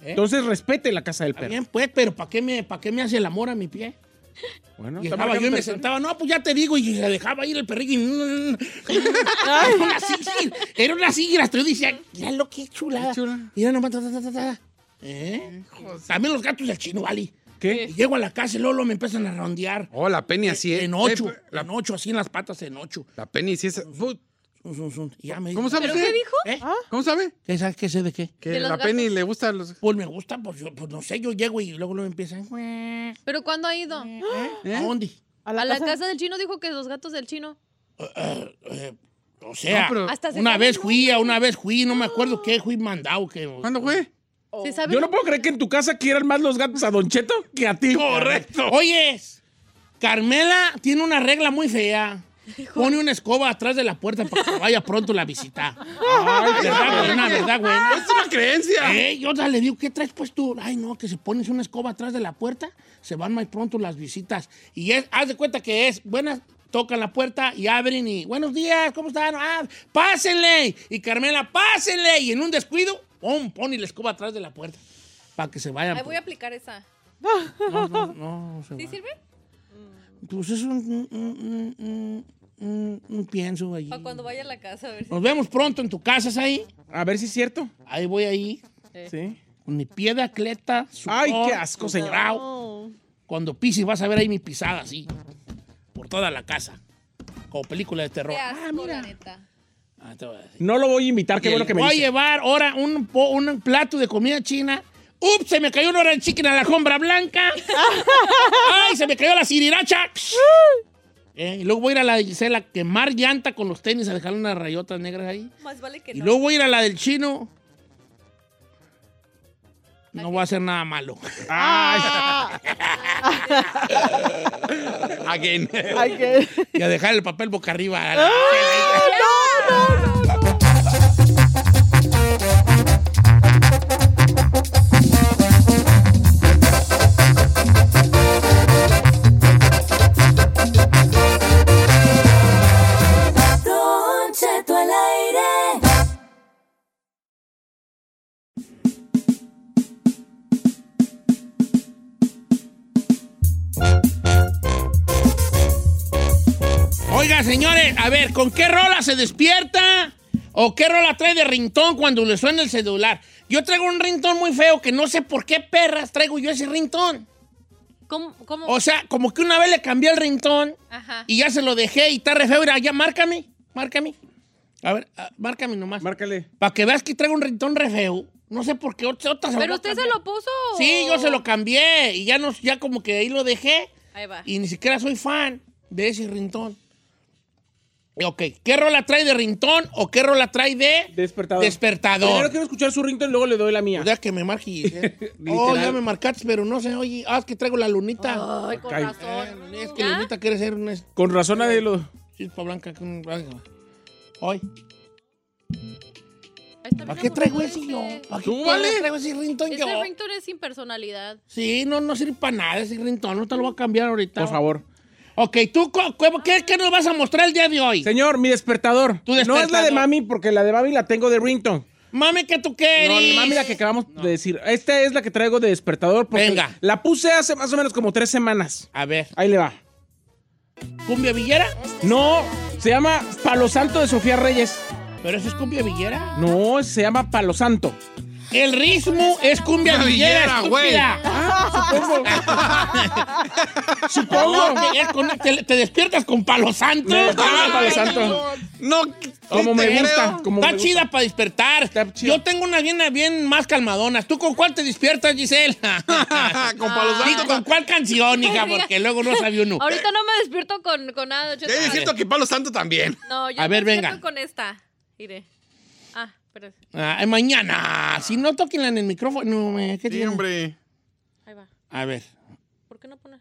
Speaker 3: Entonces respete la casa del
Speaker 1: Eh. Está
Speaker 3: perro.
Speaker 1: bien, pues, pero ¿para qué, me, ¿para qué me hace el amor a mi pie?
Speaker 3: Bueno,
Speaker 1: Y
Speaker 3: está
Speaker 1: estaba yo y
Speaker 3: marcando
Speaker 1: me
Speaker 3: territorio.
Speaker 1: sentaba, no, pues ya te digo, y le dejaba ir el perrillo y... "Mm, era una sigil, era una sigil, hasta yo decía, mira lo que chulada.
Speaker 4: Qué chula.
Speaker 1: Mira nomás, ta, ta, ta, ta, ta. ¿Eh? También los gatos del chino, Ali. Y
Speaker 3: ¿Qué?
Speaker 1: llego a la casa y Lolo me empiezan a rondear.
Speaker 4: Oh, la Penny así es.
Speaker 1: En ocho,
Speaker 4: Eh, la,
Speaker 1: en ocho, así en las patas, en ocho.
Speaker 4: la Penny sí es... Fu-
Speaker 1: Zum, zum, zum. Y ya me
Speaker 4: ¿Cómo
Speaker 1: dice,
Speaker 4: sabe
Speaker 2: ¿Qué
Speaker 4: usted?
Speaker 2: dijo?
Speaker 1: ¿Eh?
Speaker 4: ¿Cómo sabe?
Speaker 1: ¿Qué sabes qué sé de qué?
Speaker 4: Que
Speaker 2: De los
Speaker 4: la
Speaker 2: gatos.
Speaker 4: Penny le gusta los...
Speaker 1: Pues me gusta, pues, yo, pues no sé, yo llego y luego luego empiezan. ¿eh?
Speaker 2: ¿Pero cuándo ha ido?
Speaker 4: ¿Eh?
Speaker 1: ¿A dónde?
Speaker 6: a
Speaker 2: A la casa del chino dijo que los gatos del chino.
Speaker 1: O sea,
Speaker 4: No, pero-
Speaker 2: Hasta se
Speaker 1: una
Speaker 2: sabe
Speaker 1: vez
Speaker 2: el
Speaker 1: fui, a una vez fui, no me acuerdo qué fui mandado. Que,
Speaker 4: ¿Cuándo fue?
Speaker 1: Oh.
Speaker 2: ¿Se sabe?
Speaker 3: Yo no puedo creer que en tu casa quieran más los gatos a Don Cheto que a [LAUGHS] ti.
Speaker 1: Correcto. Oye, Carmela tiene una regla muy fea. Pone una escoba atrás de la puerta para que vaya pronto la visita. ¿Verdad buena? ¿Verdad buena?
Speaker 4: Es una creencia.
Speaker 1: Eh, yo ya le digo, ¿qué traes pues tú? Ay, no, que si pones una escoba atrás de la puerta, se van más pronto las visitas. Y es, haz de cuenta que es, buenas, tocan la puerta y abren y, buenos días, ¿cómo están? Ah, pásenle. Y Carmela, pásenle. Y en un descuido, pum, pone la escoba atrás de la puerta para que se vayan. Pues,
Speaker 2: Ahí voy a aplicar esa.
Speaker 1: No, no, no, no se
Speaker 2: ¿Sí
Speaker 1: va.
Speaker 2: sirve?
Speaker 1: Pues es un, un- un- un- un- un pienso allí.
Speaker 2: Para cuando vaya a la casa, a ver si.
Speaker 1: Nos vemos pronto en tu casa, ahí.
Speaker 3: A ver si es cierto.
Speaker 1: Ahí voy ahí,
Speaker 3: Sí.
Speaker 1: con mi pie de atleta. sudor,
Speaker 3: Ay, qué asco, señor.
Speaker 1: sudorao.
Speaker 6: Oh.
Speaker 1: Cuando pise vas a ver ahí mi pisada así. Por toda la casa. Como película de terror.
Speaker 2: Qué
Speaker 1: Ah,
Speaker 2: asco, la
Speaker 1: mira.
Speaker 2: neta.
Speaker 1: Ah, te voy a decir.
Speaker 3: No lo voy a invitar, qué
Speaker 1: Y el-
Speaker 3: bueno que me
Speaker 1: Voy a
Speaker 3: dice.
Speaker 1: llevar ahora un, po- un plato de comida china. ¡Ups! Se me cayó un orange chicken a la alfombra
Speaker 2: [LAUGHS]
Speaker 1: blanca. ¡Ay! Se me cayó la siriracha. Eh, y luego voy a ir a la de Gisela a quemar llanta con los tenis a dejar unas rayotas negras ahí.
Speaker 2: Más vale que
Speaker 1: Y
Speaker 2: no.
Speaker 1: luego voy a ir a la del chino. No voy a hacer nada malo.
Speaker 2: [LAUGHS]
Speaker 4: Again.
Speaker 6: Ay,
Speaker 8: [LAUGHS]
Speaker 6: que-
Speaker 1: Y a dejar el papel boca arriba. a la Gisela. Oiga, señores, a ver, ¿con qué rola se despierta? ¿O qué rola trae de rintón cuando le suena el celular? Yo traigo un rintón muy feo que no sé por qué perras traigo yo ese rintón.
Speaker 2: ¿Cómo? cómo?
Speaker 1: O sea, como que una vez le cambié el rintón
Speaker 2: Ajá.
Speaker 1: oh, y ya se lo dejé y está re feo. Mira, ya márcame, márcame. A ver, ah, márcame nomás.
Speaker 3: Márcale.
Speaker 1: Para que veas que traigo un rintón re feo. No sé por qué otra, otra
Speaker 2: ¿Pero usted se
Speaker 1: cambiar.
Speaker 2: lo puso? o-
Speaker 1: Sí, yo se lo cambié y ya, no, ya como que ahí lo dejé
Speaker 2: Ahí va.
Speaker 1: [LAUGHS] y ni siquiera soy fan de ese rintón. Ok, ¿qué rola trae de rintón o qué rola trae de
Speaker 3: Despertador. Primero
Speaker 1: despertador?
Speaker 3: quiero escuchar su rington y luego le doy la mía.
Speaker 1: Ya que me marque.
Speaker 3: [LAUGHS]
Speaker 1: Giselle. oh, ya me marcaste, pero no sé, oye, ah, es que traigo la lunita.
Speaker 2: Ay, con
Speaker 3: Ay,
Speaker 2: razón.
Speaker 1: es que
Speaker 2: Oh. ¿Ya?
Speaker 1: lunita quiere ser una es-
Speaker 3: Con razón nadie lo...
Speaker 1: chispa blanca. que un- Hoy,
Speaker 2: Ahí está
Speaker 1: ¿para
Speaker 2: bien
Speaker 1: qué traigo
Speaker 2: aburrido
Speaker 1: ese yo?
Speaker 2: ese.
Speaker 1: ¿Para qué
Speaker 3: Tú,
Speaker 1: cola
Speaker 3: vale.
Speaker 1: traigo ese rintón yo?
Speaker 2: Ese ringtone es sin personalidad.
Speaker 1: Sí, no, no sirve para nada ese rintón, no te lo voy a cambiar ahorita.
Speaker 3: Por favor.
Speaker 1: Ok, ¿tú co- qué, qué- qué nos vas a mostrar el día de hoy?
Speaker 3: Señor, mi despertador.
Speaker 1: Tu
Speaker 3: No es la de
Speaker 1: despertador.
Speaker 3: mami, porque la de mami la tengo de rington.
Speaker 1: Mame, que tú
Speaker 3: No,
Speaker 1: quieres?
Speaker 3: la mami la que acabamos de decir. Esta es la que traigo de despertador. Porque
Speaker 1: Venga.
Speaker 3: La puse hace más o menos como tres semanas.
Speaker 1: A ver,
Speaker 3: Ahí le va.
Speaker 1: ¿cumbia villera?
Speaker 3: No, se llama Palo Santo de Sofía Reyes.
Speaker 1: ¿Pero eso es cumbia villera?
Speaker 3: No, se llama Palo Santo.
Speaker 1: El ritmo es cumbia
Speaker 4: Cumbia
Speaker 1: villera,
Speaker 4: villera, güey.
Speaker 1: estúpida.
Speaker 3: Supongo. Supongo.
Speaker 1: No, que es con- te, te despiertas con palo santo.
Speaker 3: Me llama Palo
Speaker 1: Ay,
Speaker 3: Santo.
Speaker 4: No,
Speaker 3: Como me gusta. Como
Speaker 1: Está
Speaker 3: me gusta.
Speaker 1: chida para despertar.
Speaker 3: Está chida.
Speaker 1: Yo tengo una bien, bien más calmadonas. ¿Tú con cuál te despiertas, Giselle?
Speaker 4: gusta. Ah, Con Palo
Speaker 2: Ah.
Speaker 1: ¿Y
Speaker 4: Santo.
Speaker 1: con cuál canción, hija? Porque luego no sabía uno.
Speaker 2: [LAUGHS] Ahorita no me despierto con, con nada. Cheto.
Speaker 4: Ya es cierto que Palo Santo también.
Speaker 2: No, yo
Speaker 1: A ver,
Speaker 2: me despierto
Speaker 1: venga.
Speaker 2: con esta. Iré. Ah, perdón.
Speaker 1: Ah, mañana. Si no, toquenla en el micrófono. No, me- ¿qué
Speaker 4: Sí,
Speaker 1: tiene?
Speaker 4: hombre.
Speaker 2: Ahí va.
Speaker 1: A ver.
Speaker 2: ¿Por qué no pone?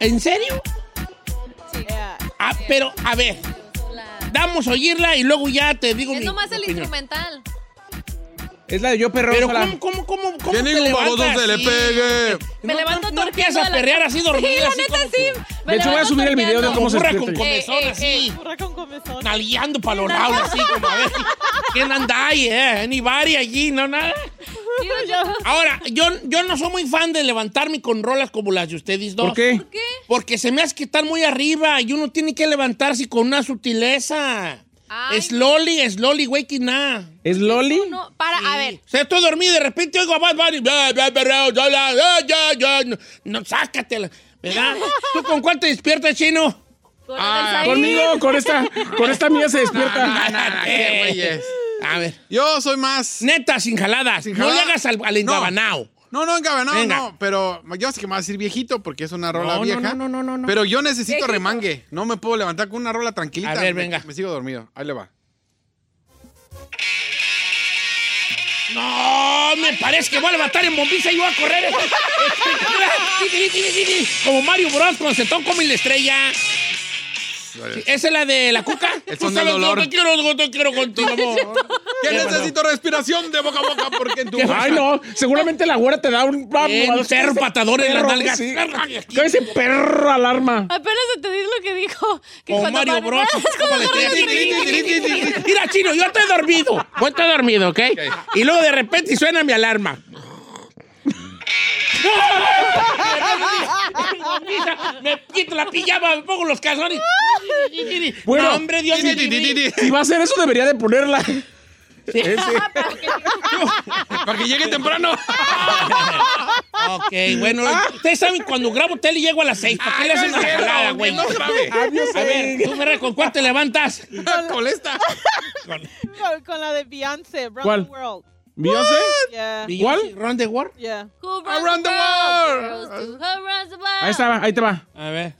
Speaker 1: ¿En serio?
Speaker 6: Eh,
Speaker 1: Ah, pero, a ver.
Speaker 2: La...
Speaker 1: Damos a oírla y luego ya te digo
Speaker 2: Es
Speaker 1: mi
Speaker 2: nomás el
Speaker 1: opinión.
Speaker 2: instrumental.
Speaker 3: Es la de Yo Perreo
Speaker 1: Pero
Speaker 3: Sola.
Speaker 1: ¿cómo, cómo, cómo, cómo
Speaker 4: Que
Speaker 1: te
Speaker 4: ningún
Speaker 1: levantas
Speaker 4: baboso se le
Speaker 1: así?
Speaker 4: pegue.
Speaker 2: Me
Speaker 1: No,
Speaker 2: levanto
Speaker 1: no, no
Speaker 2: torqueando
Speaker 1: empiezas a
Speaker 2: de la-
Speaker 1: perrear así dormida.
Speaker 2: [LAUGHS] Sí, la
Speaker 1: así
Speaker 2: neta
Speaker 1: como
Speaker 2: sí. Me
Speaker 3: De hecho, voy a
Speaker 2: levanto
Speaker 3: subir el video de
Speaker 2: torqueando.
Speaker 3: cómo se
Speaker 1: burra con
Speaker 3: despierta.
Speaker 1: comezón
Speaker 2: Eh, eh,
Speaker 1: así.
Speaker 6: burra con comezón.
Speaker 1: Naleando para los lados así como a ver. ¿Quién anda ahí, eh? Ni bari allí, no nada.
Speaker 2: Sí, yo-
Speaker 1: Ahora, yo, yo no soy muy fan de levantarme con rolas como las de ustedes dos.
Speaker 3: ¿Por qué?
Speaker 2: ¿Qué?
Speaker 1: Porque se me hace que están muy arriba y uno tiene que levantarse con una sutileza.
Speaker 2: Ay.
Speaker 1: Slowly, slowly, waking up.
Speaker 3: ¿Es Loli?
Speaker 2: No, para, a ver.
Speaker 1: O sea, estoy dormido y de repente oigo a Bad Bunny. "Bla, bla, bla, bla, bla, bla, bla, bla". No, no, sácatela. ¿Verdad? ¿Tú con cuál te despiertas,
Speaker 4: [LAUGHS]
Speaker 1: chino?
Speaker 2: Con
Speaker 1: Ah,
Speaker 2: el Said.
Speaker 3: Conmigo, con esta, con esta mía se despierta.
Speaker 4: Ah, qué güeyes.
Speaker 1: Eh, A ver.
Speaker 4: Yo soy más.
Speaker 1: Neta, sin jaladas.
Speaker 4: Sin
Speaker 1: No le
Speaker 4: jalada.
Speaker 1: hagas al, al
Speaker 4: No.
Speaker 1: engabanao.
Speaker 4: No, no, engabanado,
Speaker 1: Venga.
Speaker 4: no. Pero yo sé que me va a decir viejito porque es una rola
Speaker 1: No, no,
Speaker 4: vieja.
Speaker 1: no, no, no, no.
Speaker 4: Pero yo necesito remangue. No me puedo levantar con una rola tranquilita.
Speaker 1: A ver,
Speaker 4: Me-
Speaker 1: venga.
Speaker 4: Me, sigo dormido. Ahí le va.
Speaker 1: No, me parece que voy a levantar en bombiza y voy a correr. [LAUGHS] Este, Como Mario Bros. cuando se toca mi la estrella. ¿Esa es la de la cuca?
Speaker 4: El
Speaker 1: Tú
Speaker 4: son del
Speaker 1: solo,
Speaker 4: dolor.
Speaker 1: Yo te quiero, yo te quiero contigo, amor.
Speaker 4: Que
Speaker 1: Qué
Speaker 4: necesito respiración de boca a boca porque en tu boca-
Speaker 3: Ay, no. Seguramente la güera te da un...
Speaker 1: Bien,
Speaker 3: a los-
Speaker 1: perro patador en las
Speaker 3: perro,
Speaker 1: nalgas.
Speaker 3: sí. Cállese, perro alarma.
Speaker 2: Apenas entendí lo que dijo. Que
Speaker 1: Como
Speaker 2: cuando
Speaker 1: Mario
Speaker 2: pare- [LAUGHS]
Speaker 1: Bros. Como de tres. Mira, chino, yo estoy dormido. Voy a estar dormido, ¿ok? Y luego de repente suena mi alarma. me quito la pijama, me pongo los calzones.
Speaker 3: Bueno.
Speaker 1: No, hombre, Dios
Speaker 4: Ti,
Speaker 1: mío.
Speaker 4: ti, ti, ti, ti.
Speaker 3: Si va a hacer eso, debería de ponerla.
Speaker 4: Para que llegue temprano.
Speaker 1: Ok, bueno, ustedes saben, cuando grabo tele llego a las seis. ¿Para qué le hacen
Speaker 4: Ah. no
Speaker 1: una
Speaker 4: es cierto,
Speaker 1: jalada,
Speaker 4: hombre,
Speaker 1: güey?
Speaker 4: no sabe.
Speaker 1: A ver, tú, Ferrer, ¿con cuál te levantas?
Speaker 4: Con esta.
Speaker 6: Con, con la de Beyoncé, Round
Speaker 3: ¿Cuál?
Speaker 6: the World.
Speaker 3: ¿Beyoncé?
Speaker 6: Yeah,
Speaker 1: ¿Cuál? ¿Ron de War?
Speaker 6: yeah.
Speaker 2: Who runs
Speaker 4: Around the world.
Speaker 2: girls do? Who runs the world?
Speaker 3: Ahí estaba, ahí te va.
Speaker 1: A ver.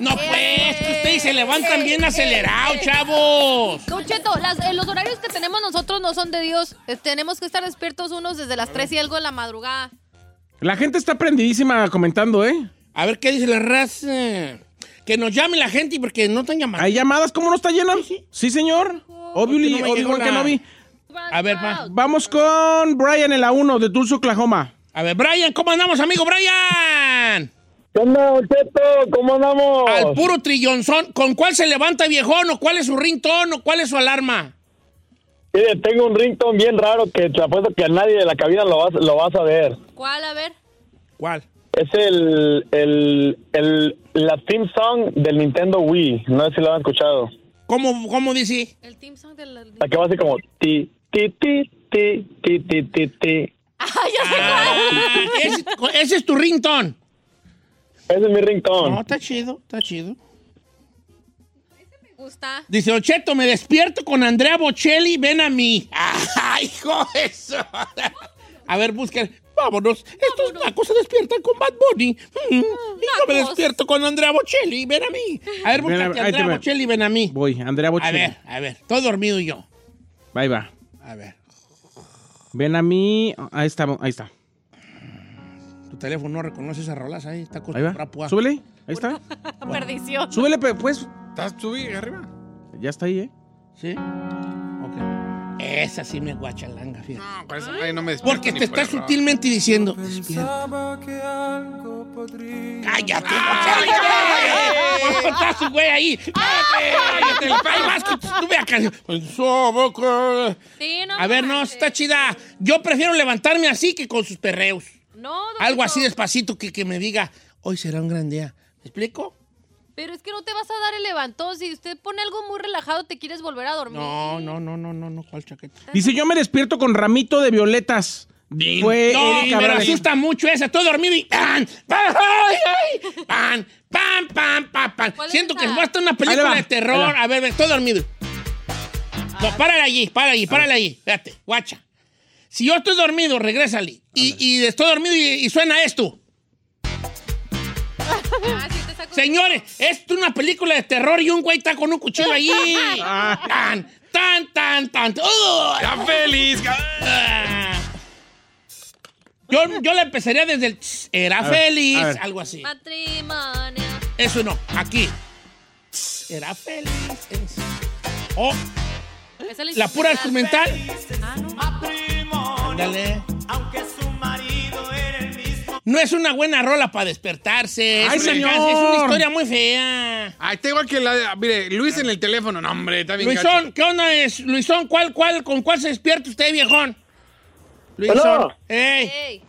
Speaker 1: No, pues, que ustedes se levantan bien acelerados, chavos.
Speaker 2: Don Cheto, las- eh, los horarios que tenemos nosotros no son de Dios. Eh, tenemos que estar despiertos unos desde las 3 y algo de la madrugada.
Speaker 3: La gente está prendidísima comentando, ¿eh?
Speaker 1: A ver qué dice la raza. Que nos llame la gente porque no están llamando.
Speaker 3: ¿Hay llamadas? ¿Cómo no está llena? Sí, señor.
Speaker 1: ¿Por qué
Speaker 3: Obviously,
Speaker 1: no me
Speaker 3: obvio,
Speaker 1: llegó
Speaker 3: igual que
Speaker 1: la-
Speaker 3: no vi.
Speaker 1: A ver, va.
Speaker 3: Vamos con Brian en la 1 de Tulsa, Oklahoma.
Speaker 1: A ver, Brian, ¿cómo andamos, amigo Brian?
Speaker 7: ¿Qué onda, Don Cheto? ¿Cómo andamos?
Speaker 1: Al puro trillonzón. ¿Con cuál se levanta viejón? ¿O cuál es su ringtone? ¿O cuál es su alarma?
Speaker 7: Mire, tengo un ringtone bien raro que te apuesto que a nadie de la cabina lo va, lo va a saber.
Speaker 2: ¿Cuál? A ver.
Speaker 1: ¿Cuál?
Speaker 8: Es el, el, el, la theme song del Nintendo Wii. No sé si lo han escuchado.
Speaker 1: ¿Cómo, cómo
Speaker 2: [LAUGHS]
Speaker 1: dice?
Speaker 2: El team song de la...
Speaker 8: La que va así como ti, ti, ti, ti, ti, ti, ti, ti.
Speaker 2: ¡Ah, ya sé cuál!
Speaker 1: Ah, ese, ese es tu ringtone.
Speaker 8: Ese es mi ringtone.
Speaker 1: No, está chido, está chido.
Speaker 2: Me gusta.
Speaker 1: Dice, Ocheto, me despierto con Andrea Bocelli, ven a mí. [LAUGHS] ¡Ay, hijo de eso! A ver, busquen. Vámonos. Estos tacos se despiertan con Bad Bunny. Mm, y yo me
Speaker 2: tacos.
Speaker 1: despierto con Andrea Bocelli, ven a mí. A ver,
Speaker 3: Ven a-
Speaker 1: búscate
Speaker 3: ahí te
Speaker 1: Andrea
Speaker 3: va.
Speaker 1: Bocelli, ven a mí.
Speaker 3: Voy, Andrea
Speaker 1: A
Speaker 3: Bocelli.
Speaker 1: ver, a ver. Todo dormido yo.
Speaker 3: Ahí va.
Speaker 1: A ver.
Speaker 3: Ven a mí. Ahí está, ahí está.
Speaker 1: Tu teléfono no reconoce esas rolas ahí. Está
Speaker 3: Ahí va. Súbele. Ahí está.
Speaker 2: Perdición.
Speaker 3: Súbele, pe- pues.
Speaker 4: ¿Estás subí arriba?
Speaker 3: Ya está ahí, ¿eh?
Speaker 1: ¿Sí? Ok. Esa sí me guachalanga, fíjate.
Speaker 4: No, por eso ay, no me despierto.
Speaker 1: Porque
Speaker 4: ni
Speaker 1: te
Speaker 4: por
Speaker 1: está
Speaker 4: error.
Speaker 1: sutilmente diciendo. Despierta. Cállate, Bocelli, cállate. No, Está su güey ahí. Cállate, cállate. Ahí vas con tu- tú ve acá. Pensaba que-
Speaker 2: Sí, no
Speaker 1: A ver, no,
Speaker 2: manches.
Speaker 1: está chida. Yo prefiero levantarme así que con sus perreos.
Speaker 2: No, don
Speaker 1: Algo
Speaker 2: Cheto,
Speaker 1: así despacito que, que me diga, hoy será un gran día. ¿Me explico?
Speaker 2: Pero es que no te vas a dar el levantón. Si usted pone algo muy relajado, te quieres volver a dormir.
Speaker 1: No, no, no, no, no, no, ¿cuál chaqueta?
Speaker 3: Dice, yo me despierto con ramito de violetas. Fue
Speaker 1: No,
Speaker 3: Eric
Speaker 1: pero
Speaker 3: Abrales.
Speaker 1: asusta mucho esa. Todo dormido y ¡pam! ¡pam! ¡ay, ay! ¡pam! ¡pam! ¡pam! ¡pam! ¡pam!
Speaker 2: ¿Cuál es
Speaker 1: Siento
Speaker 2: esa?
Speaker 1: que voy a estar en una
Speaker 3: Ahí
Speaker 1: película
Speaker 3: le va,
Speaker 1: de terror.
Speaker 3: ahí va.
Speaker 1: A ver, ven, todo dormido. No,
Speaker 2: Ah.
Speaker 1: párale allí, párale allí, párale allí. Espérate, guacha. Si yo estoy dormido, regrésale. Y, y estoy dormido y, y suena esto.
Speaker 2: Ah, sí te saco-
Speaker 1: Señores, es una película de terror y un güey está con un cuchillo allí.
Speaker 3: [LAUGHS] Ah.
Speaker 1: ¡Tan, tan, tan, tan! ¡Ugh!
Speaker 4: ¡Ya feliz!
Speaker 1: Ah. Yo, yo la empezaría desde el tss, era feliz,
Speaker 3: a ver.
Speaker 1: algo así.
Speaker 2: Matrimonio.
Speaker 1: Eso no, aquí. Tss, Era feliz. es- Oh,
Speaker 2: Esa es
Speaker 1: la pura instrumental.
Speaker 2: Ah, no.
Speaker 1: Ándale. No es una buena rola para despertarse. Es,
Speaker 3: ¡Ay,
Speaker 1: una
Speaker 3: señor!
Speaker 1: canción- es una historia muy fea.
Speaker 4: Ahí Ah, está igual que la. Mire, Luis en el teléfono. No, hombre, está bien. gacho.
Speaker 1: Luisón, ¿qué onda es? Luisón, ¿cuál, cuál, ¿con cuál se despierta usted, viejón? Luisón.
Speaker 8: Bueno.
Speaker 1: Ey.
Speaker 2: Ey,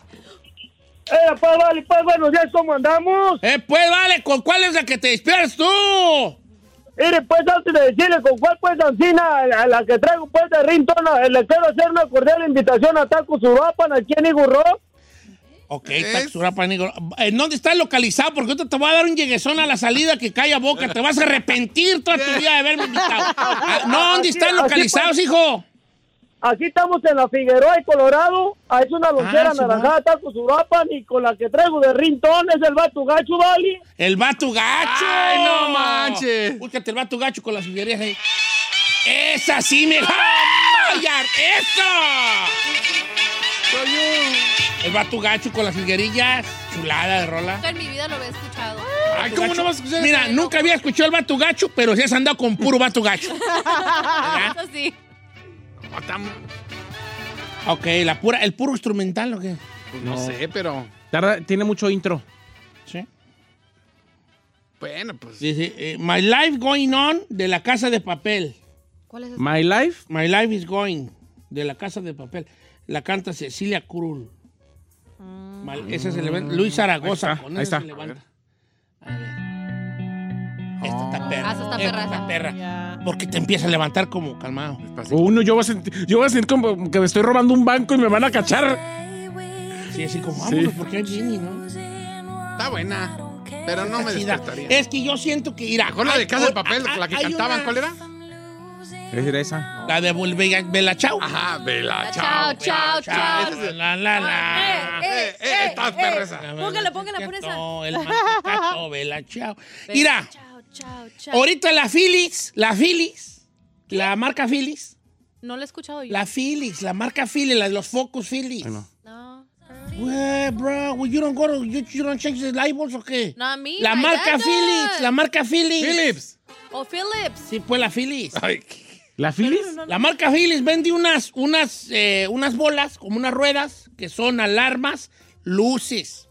Speaker 8: Eh, pues vale, pues buenos días, ¿cómo andamos?
Speaker 1: Eh, pues vale, ¿con cuál es la que te despiertas tú?
Speaker 8: Mire, pues antes de decirle con cuál pues Ancina, a la que traigo pues de Rintona, le quiero hacer una cordial invitación a Tacos Uruapan aquí en Igurro.
Speaker 1: Ok,
Speaker 4: Es-
Speaker 1: textura panigro. Eh, ¿En dónde está localizado? Porque ahorita te voy a dar un lleguezón a la salida que calla boca. Te vas a arrepentir toda tu vida de haberme invitado.
Speaker 4: [LAUGHS]
Speaker 1: Ah, No, ¿dónde están
Speaker 8: Así- así
Speaker 1: localizados,
Speaker 8: fue.
Speaker 1: hijo?
Speaker 8: Aquí estamos en la Figueroa y Colorado. Ah, Es una
Speaker 1: Ah,
Speaker 8: lonchera
Speaker 1: sí,
Speaker 8: naranjada, tacos Uruapan y con la que traigo de Rintón es el vato gacho, vale.
Speaker 1: El vato gacho.
Speaker 4: ¡Ay, no manches!
Speaker 1: Búscate el vato gacho con las sugeridas ahí. ¡Esa sí me
Speaker 4: [LAUGHS]
Speaker 1: va a fallar! ¡Eso!
Speaker 4: Soy un-
Speaker 1: El vato gacho con las jilguerillas. Chulada de rola.
Speaker 2: nunca en mi vida lo había escuchado.
Speaker 4: Ay, ¿cómo no vas a escuchar
Speaker 1: Mira,
Speaker 4: eso?
Speaker 1: nunca había escuchado el vato gacho, pero sí has andado con puro vato
Speaker 4: [LAUGHS]
Speaker 1: gacho. ¿Verdad?
Speaker 2: Eso sí.
Speaker 4: No, está mu-
Speaker 1: Ok, la pura, el puro instrumental, ¿o qué?
Speaker 4: pues no sé, pero.
Speaker 3: Tarda- tiene mucho intro.
Speaker 1: Sí.
Speaker 4: Bueno, pues.
Speaker 1: Dice, eh, My Life Going On de la Casa de Papel.
Speaker 2: ¿Cuál es esa?
Speaker 3: My Life.
Speaker 1: My Life is Going de la Casa de Papel. La canta Cecilia Curul.
Speaker 4: Mm.
Speaker 1: Mal- esa se levanta. Luis Zaragoza.
Speaker 3: Ahí está,
Speaker 1: con
Speaker 3: ahí
Speaker 1: esa
Speaker 3: está.
Speaker 1: se levanta. A ver. Esta
Speaker 4: Oh.
Speaker 1: está perra.
Speaker 2: Ah, esa está
Speaker 1: esta
Speaker 2: perra, esa.
Speaker 1: perra. Porque te empieza a levantar como calmado.
Speaker 4: Despacito.
Speaker 3: Uno, yo voy a sentir, yo voy a sentir como que me estoy robando un banco y me van a cachar.
Speaker 1: Sí, así como, vámonos, porque hay Jenny, ¿no?
Speaker 4: Está buena. Pero no me
Speaker 1: Chida. ah,
Speaker 4: despertaría.
Speaker 1: Es que yo siento que irá.
Speaker 4: Mejor la de Casa de Papel, la que cantaban, ¿cuál era?
Speaker 3: Es decir, esa.
Speaker 1: La de Bel- Bella Chao.
Speaker 4: Ajá, Vela,
Speaker 2: Chao,
Speaker 4: chao.
Speaker 2: chao, chao.
Speaker 1: La, la, la.
Speaker 4: Eh, eh, estás perra esa.
Speaker 2: Póngala, póngala, pon esa.
Speaker 1: No, el mantecato, vela, chao. Mira,
Speaker 2: Chao, chao, chao.
Speaker 1: ahorita la Philips, la Philips, la marca Philips,
Speaker 2: No la he escuchado yo.
Speaker 1: la Philips, la marca Philips, la de los focos Philips.
Speaker 2: No.
Speaker 1: Güey, bro, güey, you don't go to- you, you don't change the light bulbs o qué?
Speaker 2: No, a mí.
Speaker 1: la
Speaker 2: my
Speaker 1: marca
Speaker 2: dad.
Speaker 1: Philips, la marca Philips.
Speaker 4: Philips.
Speaker 2: O Philips.
Speaker 1: Sí, pues la Philips.
Speaker 4: Ay,
Speaker 3: ¿La Phyllis?
Speaker 1: La marca Philips vende unas, unas, eh, unas bolas, como unas ruedas, que son alarmas, luces.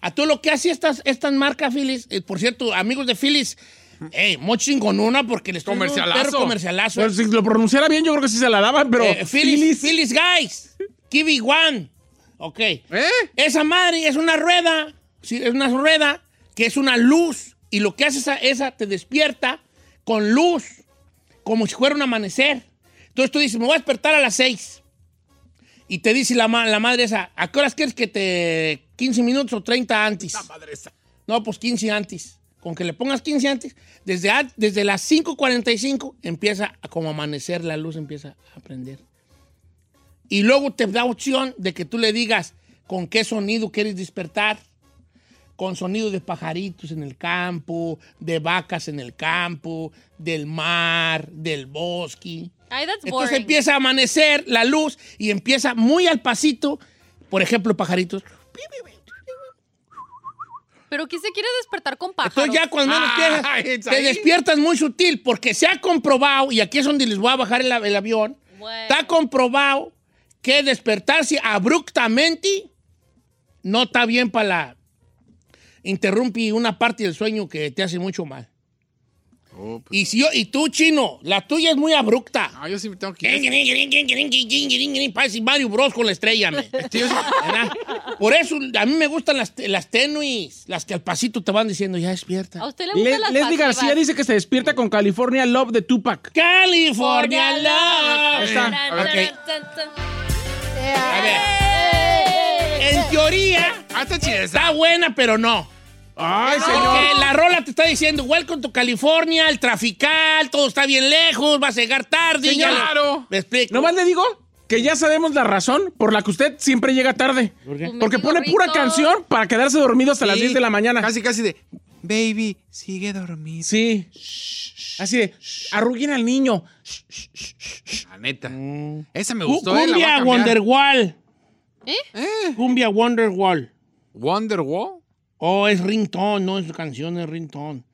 Speaker 1: A todo lo que hace estas, estas marcas Philips, eh, por cierto, amigos de Philips, eh, hey, muy chingonona porque les estoy dando
Speaker 4: Comercialazo.
Speaker 1: un perro comercialazo.
Speaker 3: Bueno, Pues, si lo pronunciara bien, yo creo que sí se la daban, pero.
Speaker 1: Eh, Philips, Philips, guys, Kiwi One. Ok.
Speaker 4: ¿Eh?
Speaker 1: Esa madre es una rueda Sí, es una rueda que es una luz. Y lo que hace esa, esa te despierta con luz, como si fuera un amanecer. Entonces tú dices, me voy a despertar a las 6. Y te dice la, ma- la madre esa, ¿a qué horas quieres que te... 15 minutos o 30 antes? No, pues 15 antes. Con que le pongas 15 antes, desde, a- desde las 5.45 empieza a como amanecer, la luz empieza a prender. Y luego te da opción de que tú le digas con qué sonido quieres despertar. Con sonido de pajaritos en el campo, de vacas en el campo, del mar, del bosque.
Speaker 2: Ay, that's
Speaker 1: Entonces
Speaker 2: boring.
Speaker 1: empieza a amanecer la luz y empieza muy al pasito. Por ejemplo, pajaritos.
Speaker 2: Pero ¿quién se quiere despertar con pájaros? Ah,
Speaker 1: Entonces ya cuando menos piensas, te despiertas muy sutil porque se ha comprobado, y aquí es donde les voy a bajar el, el avión,
Speaker 2: Bueno.
Speaker 1: está comprobado que despertarse abruptamente no está bien para la... Interrumpí una parte del sueño que te hace mucho mal. y, si yo- y tú, chino, la tuya es muy abrupta.
Speaker 4: No, yo siempre tengo que ir.
Speaker 1: Parece Mario Bros con la estrella,
Speaker 4: [LAUGHS]
Speaker 1: me. Este, ¿Verdad? Por eso a mí me gustan las, las tenuis, las que al pasito te van diciendo, ya despierta.
Speaker 2: ¿A usted le
Speaker 3: Le-
Speaker 2: gustan las
Speaker 3: Leslie
Speaker 2: pasivas?
Speaker 3: García dice que se despierta con California Love de Tupac.
Speaker 1: California
Speaker 2: Ahí
Speaker 1: Love.
Speaker 2: está.
Speaker 1: A ver,
Speaker 4: ¡Eh!
Speaker 1: en teoría
Speaker 4: Hasta chideza.
Speaker 1: está buena, pero no.
Speaker 3: Ay, señor.
Speaker 1: Porque la rola te está diciendo, welcome to California, el trafical, todo está bien lejos, vas a llegar tarde. ya
Speaker 4: Señor,
Speaker 1: le-
Speaker 4: claro.
Speaker 1: Me explico.
Speaker 3: Nomás le digo que ya sabemos la razón por la que usted siempre llega tarde.
Speaker 1: Pues
Speaker 3: Porque pone pura canción para quedarse dormido hasta las 10 de la mañana.
Speaker 4: Casi, casi de. Baby, sigue dormido.
Speaker 3: Sí. Así de, arruguen al niño.
Speaker 4: La neta. Esa me
Speaker 1: Cu-
Speaker 4: gustó. eh, la voy
Speaker 1: Cumbia
Speaker 4: a cambiar.
Speaker 1: Wonderwall.
Speaker 4: Eh.
Speaker 1: Cumbia Wonderwall.
Speaker 4: Wonderwall.
Speaker 1: Oh, es ringtone, no es canción, es ringtone.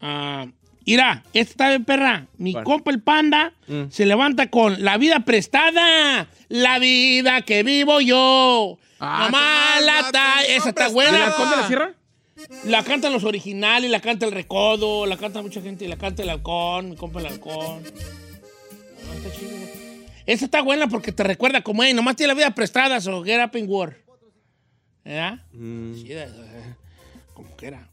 Speaker 1: Ah, mira, esta está bien perra. Mi compa el panda
Speaker 4: Mm.
Speaker 1: se levanta con la vida prestada, la vida que vivo yo.
Speaker 4: Ah,
Speaker 1: Mamá,
Speaker 4: qué
Speaker 1: la
Speaker 4: mala,
Speaker 1: ta-
Speaker 4: tengo
Speaker 1: esa está
Speaker 4: prestada.
Speaker 1: buena.
Speaker 4: ¿De la
Speaker 3: ¿Conde la Sierra?
Speaker 1: La cantan los originales, la canta el recodo, la canta mucha gente, la canta el halcón, mi compa el halcón. Ah, está chido, güey. Esa está buena porque te recuerda como, hey, nomás tiene la vida prestada, so get up and work. ¿Verdad? Chida, eh, como que era.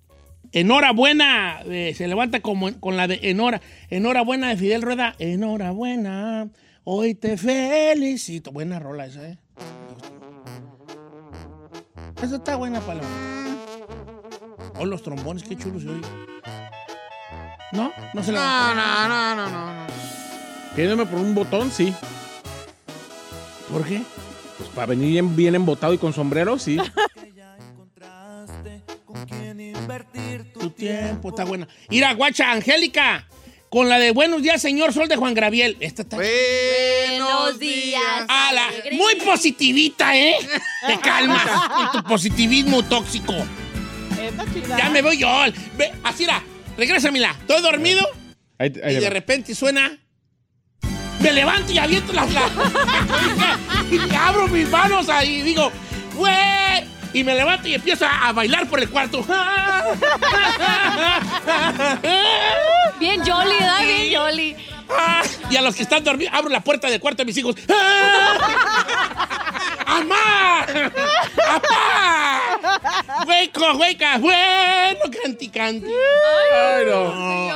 Speaker 1: Enhorabuena, eh, se levanta como, con la de Enhora. Enhorabuena de Fidel Rueda. Enhorabuena, hoy te felicito. Buena rola esa, ¿eh? Esa está buena, Paloma. Oh, los trombones, qué chulos se oye. No, no se levanta.
Speaker 4: No, no, no, no, no. no.
Speaker 3: Pidiéndome por un botón, sí.
Speaker 1: ¿Por qué?
Speaker 3: Pues para venir bien, bien embotado y con sombrero, sí.
Speaker 1: Tu tiempo está buena. Mira, guacha, Angélica. Con la de Buenos días, señor Sol de Juan Graviel. Esta está.
Speaker 4: Buenos
Speaker 2: días.
Speaker 1: A la- Muy positivita, ¿eh? Te calmas con tu positivismo tóxico.
Speaker 6: Está chida.
Speaker 1: Ya me voy yo. Ve, así era. Regrésamela. Estoy dormido
Speaker 3: Ahí te- ahí
Speaker 1: y
Speaker 3: te
Speaker 1: de
Speaker 3: va.
Speaker 1: repente suena. Me levanto y aviento las. las- [LAUGHS] y abro mis manos ahí y digo, ¡güey! Y me levanto y empiezo a, a bailar por el cuarto. [LAUGHS]
Speaker 2: Bien jolly, ¿verdad? Bien jolly.
Speaker 1: ¡Ah! Y a los que están dormidos, abro la puerta del cuarto de mis hijos. [LAUGHS] ¡Ah! ¡Amá! ¡Apá! ¡Hueco, hueca! ¡Bueno, canti, canti! ¡Ay, no!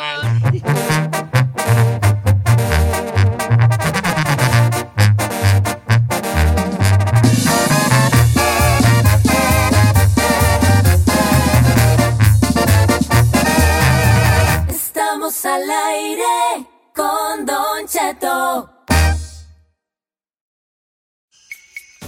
Speaker 5: Estamos al aire con Don Cheto.